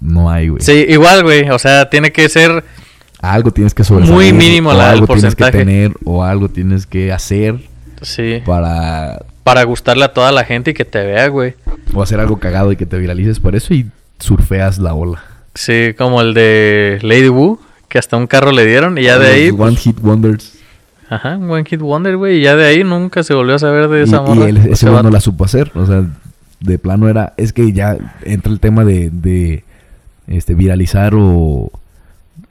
S1: no hay, güey?
S2: Sí, igual, güey. O sea, tiene que ser.
S1: Algo tienes que sobresalir.
S2: Muy mínimo
S1: o
S2: la- el
S1: algo tienes que
S2: porcentaje.
S1: tener o algo tienes que hacer
S2: Sí.
S1: para
S2: Para gustarle a toda la gente y que te vea, güey.
S1: o hacer algo cagado y que te viralices por eso y surfeas la ola.
S2: Sí, como el de Lady Wu, que hasta un carro le dieron y ya de
S1: Los
S2: ahí. pues.
S1: One Hit Wonders.
S2: Ajá, un One Hit Wonder, güey. Y ya de ahí nunca se volvió a saber de
S1: Y,
S2: esa
S1: y
S2: morra.
S1: él,
S2: ese
S1: ese güey
S2: vato.
S1: no la supo hacer. O sea, de plano era. Es que ya entra el tema de, de, este, viralizar o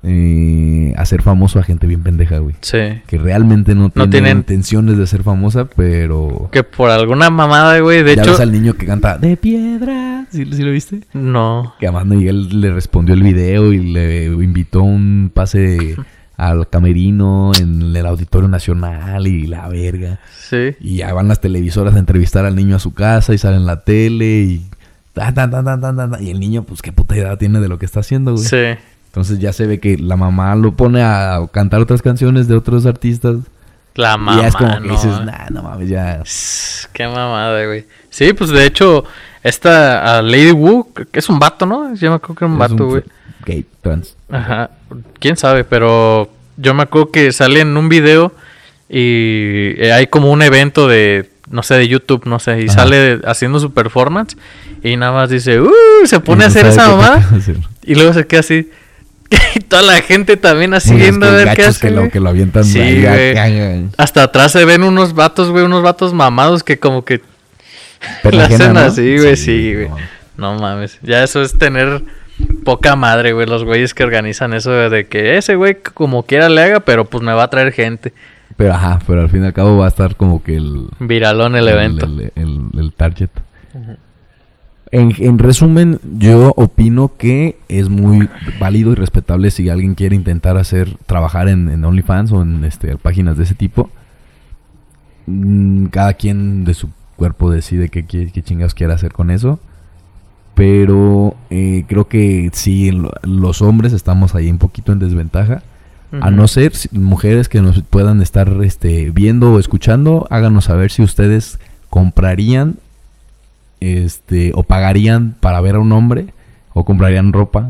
S1: eh, hacer famoso a gente bien pendeja, güey.
S2: Sí.
S1: Que realmente no,
S2: No
S1: tiene
S2: tienen-
S1: intenciones de ser famosa, pero.
S2: Que por alguna mamada, güey. De
S1: ya
S2: hecho.
S1: ves al niño que canta de piedra. ¿Sí, sí lo viste?
S2: No.
S1: Que además Miguel le respondió el video y le invitó un
S2: (laughs)
S1: pase al camerino en el Auditorio Nacional y la verga.
S2: Sí.
S1: Y ya van las televisoras a entrevistar al niño a su casa y sale en la tele y... tan, tan, tan, tan, tan, tan, tan. Y el niño, pues, ¿qué puta idea tiene de lo que está haciendo, güey?
S2: Sí.
S1: Entonces ya se ve que la mamá lo pone a cantar otras canciones de otros artistas.
S2: La
S1: y
S2: mamá.
S1: ya es como que
S2: no.
S1: dices, nah, no mames, ya...
S2: Sss, Qué mamada, güey. Sí, pues de hecho, esta a Lady Wu, que es un vato, ¿no? Yo me acuerdo que era un
S1: es
S2: vato, güey.
S1: Gay, trans.
S2: Ajá. Quién sabe, pero yo me acuerdo que sale en un video y eh, hay como un evento de, no sé, de YouTube, no sé, y
S1: Ajá.
S2: sale haciendo su performance y nada más dice, ¡uh! Se pone a hacer esa mamada (laughs) y luego se queda así. (laughs) Y toda la gente también así viendo a ver qué
S1: gachos
S2: hace.
S1: que lo,
S2: güey.
S1: que lo avientan.
S2: Sí,
S1: ahí, ah,
S2: güey.
S1: ah, ah,
S2: (laughs)
S1: ah.
S2: Hasta atrás se ven unos vatos, güey, unos vatos mamados que como que
S1: Pena
S2: la
S1: ajena,
S2: hacen
S1: ¿no?
S2: así, güey, sí, güey.
S1: no.
S2: No mames. Ya eso es tener poca madre, güey. Los güeyes que organizan eso de que ese güey como quiera le haga, pero pues me va a traer gente.
S1: Pero ajá, pero al fin y al cabo va a estar como que el...
S2: Viralón el evento.
S1: El, el- el target. En, en resumen, yo opino que es muy válido y respetable si alguien quiere intentar hacer, trabajar en, en OnlyFans o en este, páginas de ese tipo. Mm, Cada quien de su cuerpo decide qué, qué, qué chingados quiere hacer con eso. Pero eh, creo que sí, lo- los hombres estamos ahí un poquito en desventaja. A
S2: Ujú.
S1: no ser si- mujeres que nos puedan estar este, viendo o escuchando, háganos saber si ustedes comprarían este, o pagarían para ver a un hombre o comprarían ropa,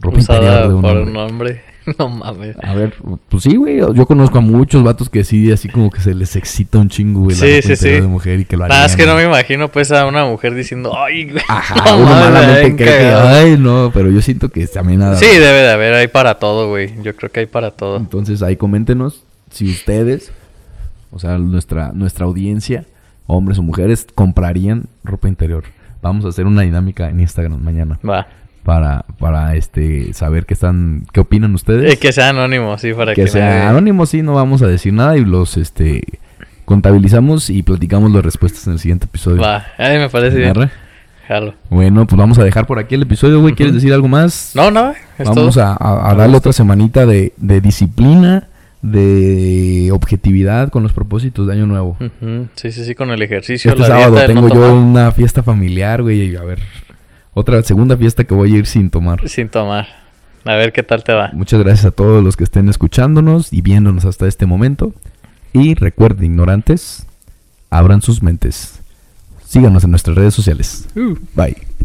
S1: ropa
S2: Usada
S1: interior de un
S2: por
S1: hombre.
S2: un hombre. (laughs) No mames.
S1: A ver, pues sí, güey. Yo conozco a muchos vatos que sí, así como que se les excita un chingo, güey, la
S2: Sí,
S1: ropa
S2: sí,
S1: interior
S2: sí.
S1: de mujer y que lo harían.
S2: Nada, es que no me imagino pues a una mujer diciendo, ay, güey.
S1: Ajá,
S2: (laughs) no
S1: uno
S2: mames,
S1: malamente
S2: bien
S1: cree que,
S2: cagado".
S1: ay, no, pero yo siento que también nada.
S2: Sí, debe de haber, hay para todo, güey. Yo creo que hay para todo.
S1: Entonces ahí coméntenos si ustedes, o sea, nuestra, nuestra audiencia, hombres o mujeres, comprarían ropa interior. Vamos a hacer una dinámica en Instagram mañana
S2: Va.
S1: para, para este saber qué están, qué opinan ustedes.
S2: Eh, que sea anónimo, sí, para
S1: que,
S2: que,
S1: sea
S2: nadie-
S1: anónimo, sí, no vamos a decir nada y los este contabilizamos y platicamos las respuestas en el siguiente episodio.
S2: Va, ay, me parece bien.
S1: ¿Arre?
S2: Jalo.
S1: Bueno, pues vamos a dejar por aquí el episodio, güey. ¿Quieres
S2: Ujú.
S1: decir algo más?
S2: No, nada, es
S1: vamos
S2: todo.
S1: a, a- a darle otra semanita de, de disciplina, de objetividad con los propósitos de Año Nuevo.
S2: Ujú, Sí, sí, sí, con el ejercicio.
S1: Este
S2: Mm. la
S1: sábado
S2: dieta, el no
S1: tengo yo
S2: tomar-
S1: una fiesta familiar, güey. y A ver, otra segunda fiesta que voy a ir sin tomar.
S2: Sin tomar. A ver qué tal te va.
S1: Muchas gracias a todos los que estén escuchándonos y viéndonos hasta este momento. Y recuerden, Uh. ignorantes, abran sus mentes. Síganos en nuestras redes sociales. Bye.